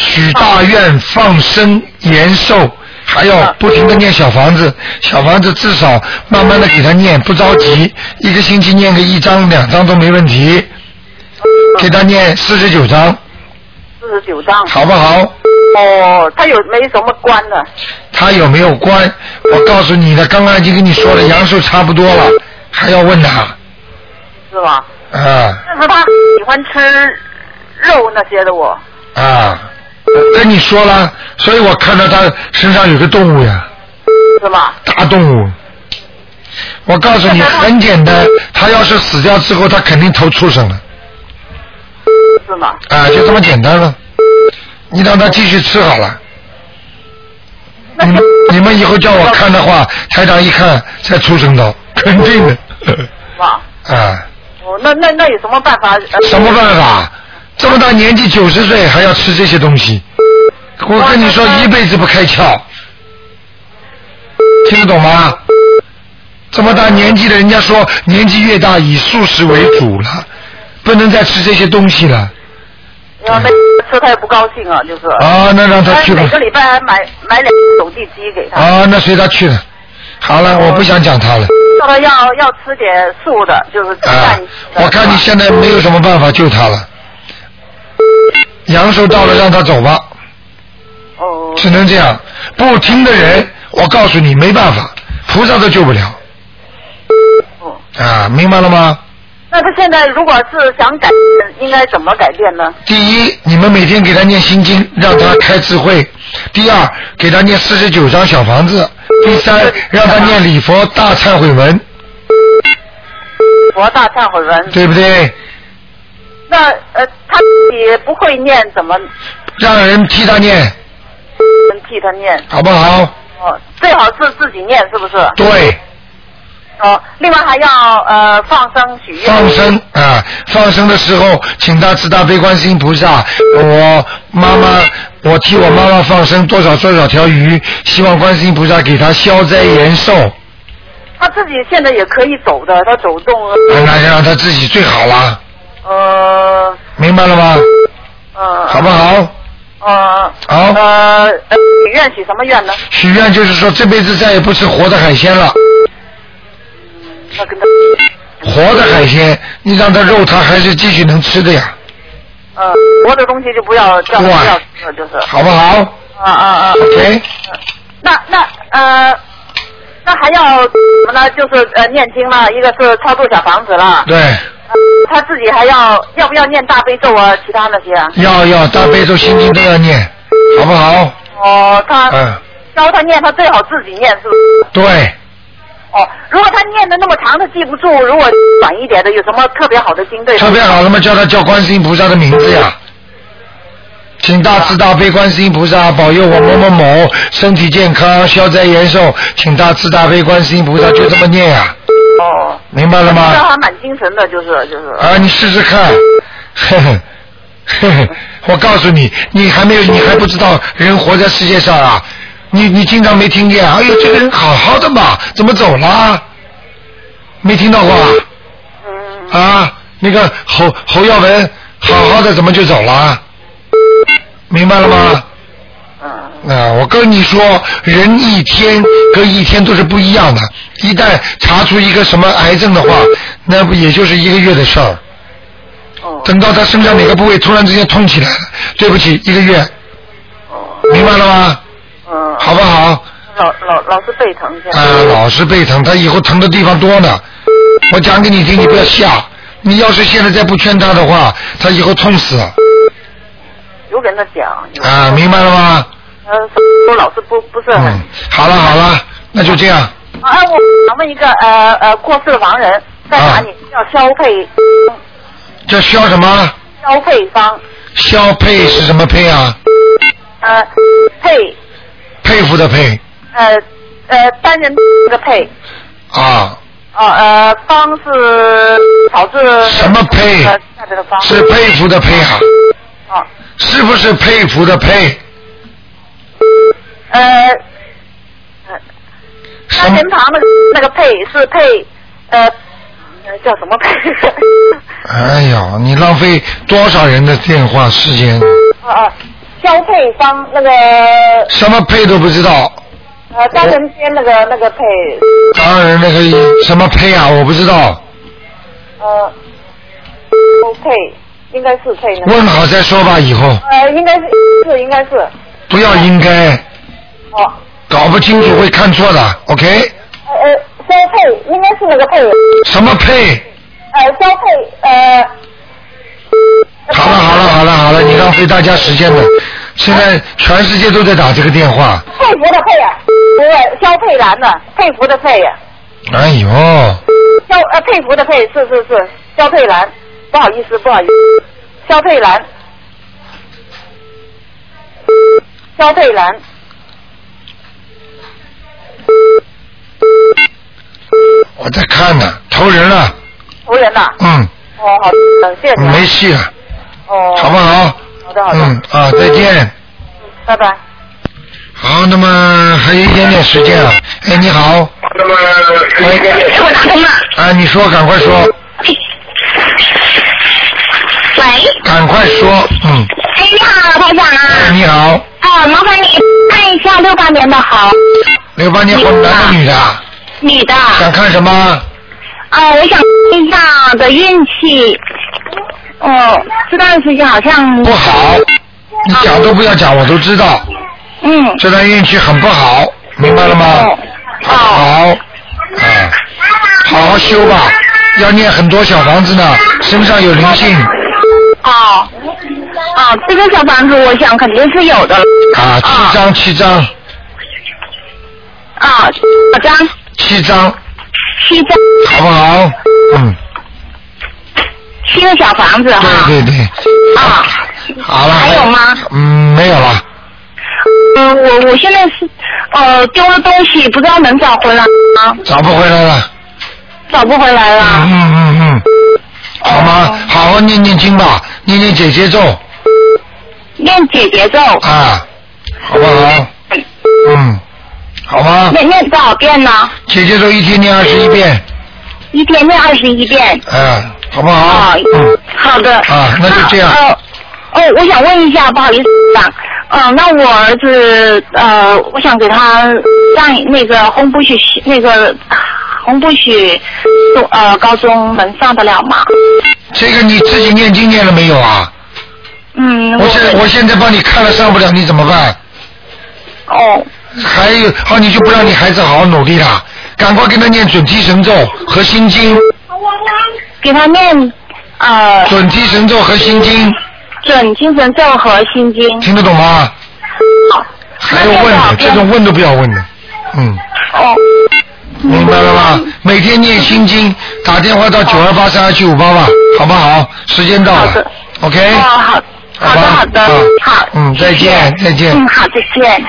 Speaker 1: 许大愿放生延寿，还要不停的念小房子，小房子至少慢慢的给他念，不着急，一个星期念个一张两张都没问题。给他念四十九章，
Speaker 7: 四十九章。
Speaker 1: 好不好？
Speaker 7: 哦，他有没什么关呢？
Speaker 1: 他有没有关？我告诉你的，刚刚已经跟你说了，阳寿差不多了，还要问他
Speaker 7: 是吧？
Speaker 1: 啊
Speaker 7: 但是他喜欢吃肉那些的我。
Speaker 1: 啊！跟你说了，所以我看到他身上有个动物呀，
Speaker 7: 是吗？
Speaker 1: 大动物。我告诉你，很简单，他要是死掉之后，他肯定投畜生了。
Speaker 7: 是吗？
Speaker 1: 啊，就这么简单了。你让他继续吃好了。你们你们以后叫我看的话，台长一看才出生刀，肯定的。
Speaker 7: 是吧？
Speaker 1: 啊，
Speaker 7: 哦，那那那有什么办法？呃
Speaker 1: 什么办？法？这么大年纪九十岁还要吃这些东西？我跟你说，一辈子不开窍，听得懂吗？这么大年纪的，人家说年纪越大以素食为主了，不能再吃这些东西了。
Speaker 7: 要那吃他也不高兴啊，就是。
Speaker 1: 啊那让他去吧
Speaker 7: 每个礼拜还买买两个走地鸡给他，
Speaker 1: 啊，那随他去了。好了，我不想讲他了。
Speaker 7: 叫他要要吃点素的，就是鸡蛋。
Speaker 1: 啊我看你现在没有什么办法救他了。阳寿到了，让他走吧。哦。只能这样，不听的人，我告诉你没办法，菩萨都救不了。啊，明白了吗？
Speaker 7: 那他现在如果是想改变，应该怎么改变呢？
Speaker 1: 第一，你们每天给他念心经，让他开智慧；第二，给他念四十九张小房子；第三，让他念礼佛大忏悔文，
Speaker 7: 佛大忏悔文。
Speaker 1: 对不对？
Speaker 7: 那呃，他也不会念，怎么
Speaker 1: 让人替他念，
Speaker 7: 能替他念？
Speaker 1: 好不好？
Speaker 7: 哦，最好是自己念，是不是？
Speaker 1: 对。
Speaker 7: 哦，另外还要呃放生许愿。
Speaker 1: 放生啊，放生的时候，请大慈大悲观世音菩萨，我妈妈，我替我妈妈放生多少多少条鱼，希望观世音菩萨给她消灾延寿，
Speaker 7: 他自己现在也可以走的，他走动了。
Speaker 1: 那就让她自己最好啦，
Speaker 7: 呃
Speaker 1: 明白了吗？
Speaker 7: 呃。
Speaker 1: 好不好？
Speaker 7: 呃。
Speaker 1: 好
Speaker 7: 呃，呃许愿许什么愿呢？
Speaker 1: 许愿就是说这辈子再也不吃活的海鲜了，
Speaker 7: 那跟他
Speaker 1: 活的海鲜，你让她肉她还是继续能吃的呀，
Speaker 7: 呃活的东西就不要叫不
Speaker 1: 哇
Speaker 7: 要吃了，就是。
Speaker 1: 好不好
Speaker 7: 啊啊啊！
Speaker 1: ？OK，
Speaker 7: 那那呃，那还要什么呢？就是呃念经了，一个是操作小房子了，
Speaker 1: 对，
Speaker 7: 他自己还要要不要念大悲咒啊？其他那些啊？
Speaker 1: 要要大悲咒心经都要念，好不好？
Speaker 7: 哦，他
Speaker 1: 嗯，
Speaker 7: 教他念，他最好自己念，是不是？
Speaker 1: 对。
Speaker 7: 哦，如果他念的那么长，他记不住，如果短一点的，有什么特别好的经对他？
Speaker 1: 特别好了嘛，叫他叫观世音菩萨的名字呀。请大慈大悲观世音菩萨保佑我某某某身体健康、消灾延寿，请大慈大悲观世音菩萨就这么念呀，
Speaker 7: 哦，
Speaker 1: 明白了
Speaker 7: 他知道
Speaker 1: 吗？
Speaker 7: 还蛮精神的，就是就是。
Speaker 1: 啊，你试试看，呵呵，呵呵，我告诉你，你还没有，你还不知道人活在世界上啊，你你经常没听见，哎呦，这个人好好的嘛，怎么走了？没听到过啊？啊，那个侯侯耀文好好的怎么就走了啊？明白了吗？啊，我跟你说，人一天跟一天都是不一样的。一旦查出一个什么癌症的话，那不也就是一个月的事儿。
Speaker 9: 哦
Speaker 1: 等到他身上哪个部位突然之间痛起来了，对不起，一个月。明白了吗？好不好？
Speaker 9: 哦嗯老老老是背疼这样。
Speaker 1: 啊、老是背疼，他以后疼的地方多呢。我讲给你听，你不要吓。你要是现在再不劝他的话，他以后痛死
Speaker 9: 有跟他讲，
Speaker 1: 啊，明白了吗？
Speaker 9: 呃，都老是不不是很。
Speaker 1: 嗯，好了好了，那就这样。
Speaker 9: 啊，我想问一个呃呃过世的亡人在
Speaker 1: 啊
Speaker 9: 哪里？叫肖佩
Speaker 1: 这肖什么？
Speaker 9: 肖佩芳，
Speaker 1: 肖佩是什么佩啊？
Speaker 9: 呃佩
Speaker 1: 佩服的佩
Speaker 9: 呃呃单人那个佩，
Speaker 1: 啊，
Speaker 9: 哦呃芳是草字
Speaker 1: 什么佩
Speaker 9: 呃下边的芳
Speaker 1: 是佩服的佩啊。
Speaker 9: 哦。
Speaker 1: 是不是佩服的佩？
Speaker 9: 呃呃单人旁的那个佩是佩呃呃叫什么佩？
Speaker 1: 哎呦，你浪费多少人的电话时间？
Speaker 9: 哦哦肖佩芳那个
Speaker 1: 什么佩都不知道，
Speaker 9: 呃单人间那个那个佩
Speaker 1: 当然那个什么佩啊，我不知道，
Speaker 9: 呃不佩应该是佩那个。
Speaker 1: 问好再说吧，以后
Speaker 9: 呃，应该是是应该是呃
Speaker 1: 不要应该
Speaker 9: 哦，
Speaker 1: 搞不清楚会看错的，OK？
Speaker 9: 呃呃，肖佩应该是那个佩，
Speaker 1: 什么佩？
Speaker 9: 呃，肖佩呃，
Speaker 1: 好了好了好了好了，你浪费大家时间了。现在全世界都在打这个电话，
Speaker 9: 佩服的佩啊，不是肖佩兰的佩服的佩啊，
Speaker 1: 哎呦，
Speaker 9: 肖呃佩服的佩是是是肖佩兰，不好意思不好意思，肖佩兰，肖佩兰，
Speaker 1: 我在看呢，投人了，
Speaker 9: 湖人呐、
Speaker 1: 嗯，
Speaker 9: 哦好的，谢谢你啊，
Speaker 1: 没戏了，
Speaker 9: 哦，
Speaker 1: 好不好？
Speaker 9: 好的好的，
Speaker 1: 嗯啊，再见。
Speaker 9: 拜拜。
Speaker 1: 好，那么还有一点点时间啊。哎，你好。那么，喂，
Speaker 4: 我打通了。
Speaker 1: 啊，你说，赶快说，
Speaker 4: 喂，
Speaker 1: 赶快说，嗯，哎
Speaker 4: 哎，你好，台长啊，
Speaker 1: 你好，
Speaker 4: 啊，麻烦你看一下六八年的好
Speaker 1: 六八年猴男的女的啊，
Speaker 4: 女的，
Speaker 1: 想看什么？
Speaker 4: 啊，我想看一下的运气，哦，这段时间好像
Speaker 1: 不好，你讲都不要讲，我都知道，
Speaker 4: 嗯，
Speaker 1: 这段运气很不好，明白了吗？
Speaker 4: 哦
Speaker 1: 好，啊，好好修吧，要念很多小房子呢，身上有灵性
Speaker 4: 哦，哦，这个小房子我想肯定是有的了，
Speaker 1: 啊，七张七张
Speaker 4: 啊，好张
Speaker 1: 七张，
Speaker 4: 七张
Speaker 1: 好不好？嗯，
Speaker 4: 七个小房子哈，
Speaker 1: 对对对。
Speaker 4: 啊，
Speaker 1: 好了，
Speaker 4: 还有吗？
Speaker 1: 嗯，没有了。
Speaker 4: 嗯，我我现在是呃丢了东西，不知道能找回来吗？
Speaker 1: 找不回来了。
Speaker 4: 找不回来了。
Speaker 1: 嗯嗯嗯，好吗？
Speaker 4: 哦
Speaker 1: 好好念念经吧，念念姐姐咒
Speaker 4: 念姐姐咒，
Speaker 1: 啊，好不好？嗯，好吗？
Speaker 4: 念念多少遍呢？
Speaker 1: 姐姐咒一天念二十一遍，
Speaker 4: 一天念二十一遍。
Speaker 1: 嗯，好不好？
Speaker 4: 哦
Speaker 1: 嗯，
Speaker 4: 好的。
Speaker 1: 啊那就这样
Speaker 4: 呃哦，我想问一下，不好意思啊，嗯、那我儿子呃，我想给他上那个红不许那个啊红不许中呃高中能上得了吗？
Speaker 1: 这个你自己念经念了没有啊？
Speaker 4: 嗯，
Speaker 1: 我现我现在帮你看了上不了，你怎么办？
Speaker 4: 哦
Speaker 1: 还有，好，你就不让你孩子好好努力了，赶快跟他念准提神咒和心经，
Speaker 4: 给他念呃
Speaker 1: 准提神咒和心经，
Speaker 4: 准精神咒和心经。
Speaker 1: 听得懂吗？还要问的，这种问都不要问的，嗯，
Speaker 4: 哦，
Speaker 1: 明白了吗？每天念心经，打电话到九二八三二七五八吧，好不好？时间到
Speaker 4: 好
Speaker 1: 了
Speaker 4: 的
Speaker 1: ，OK，
Speaker 4: 哦，好，好的，
Speaker 1: 哎吧
Speaker 4: 好的
Speaker 1: 啊，
Speaker 4: 好，
Speaker 1: 嗯，再见，再见。
Speaker 4: 嗯，好，再见。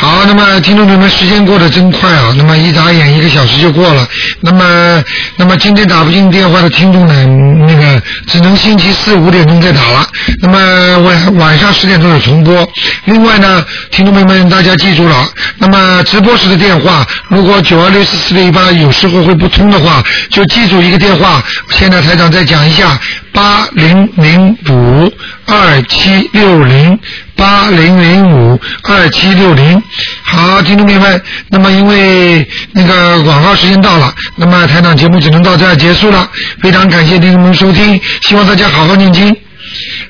Speaker 1: 好，那么听众朋友们，时间过得真快啊！那么一眨眼一个小时就过了。那么，那么今天打不进电话的听众呢，嗯那个只能星期四五点钟再打了。那么晚晚上十点钟有重播。另外呢，听众朋友们，大家记住了，那么直播时的电话，如果九二六四四六一八有时候会不通的话，就记住一个电话。现在台长再讲一下：八零零五二七六零八零零五二七六零。好，听众朋友们，那么因为那个广告时间到了，那么台长节目只能到这儿结束了。非常感谢听众朋友们收听，希望大家好好念经。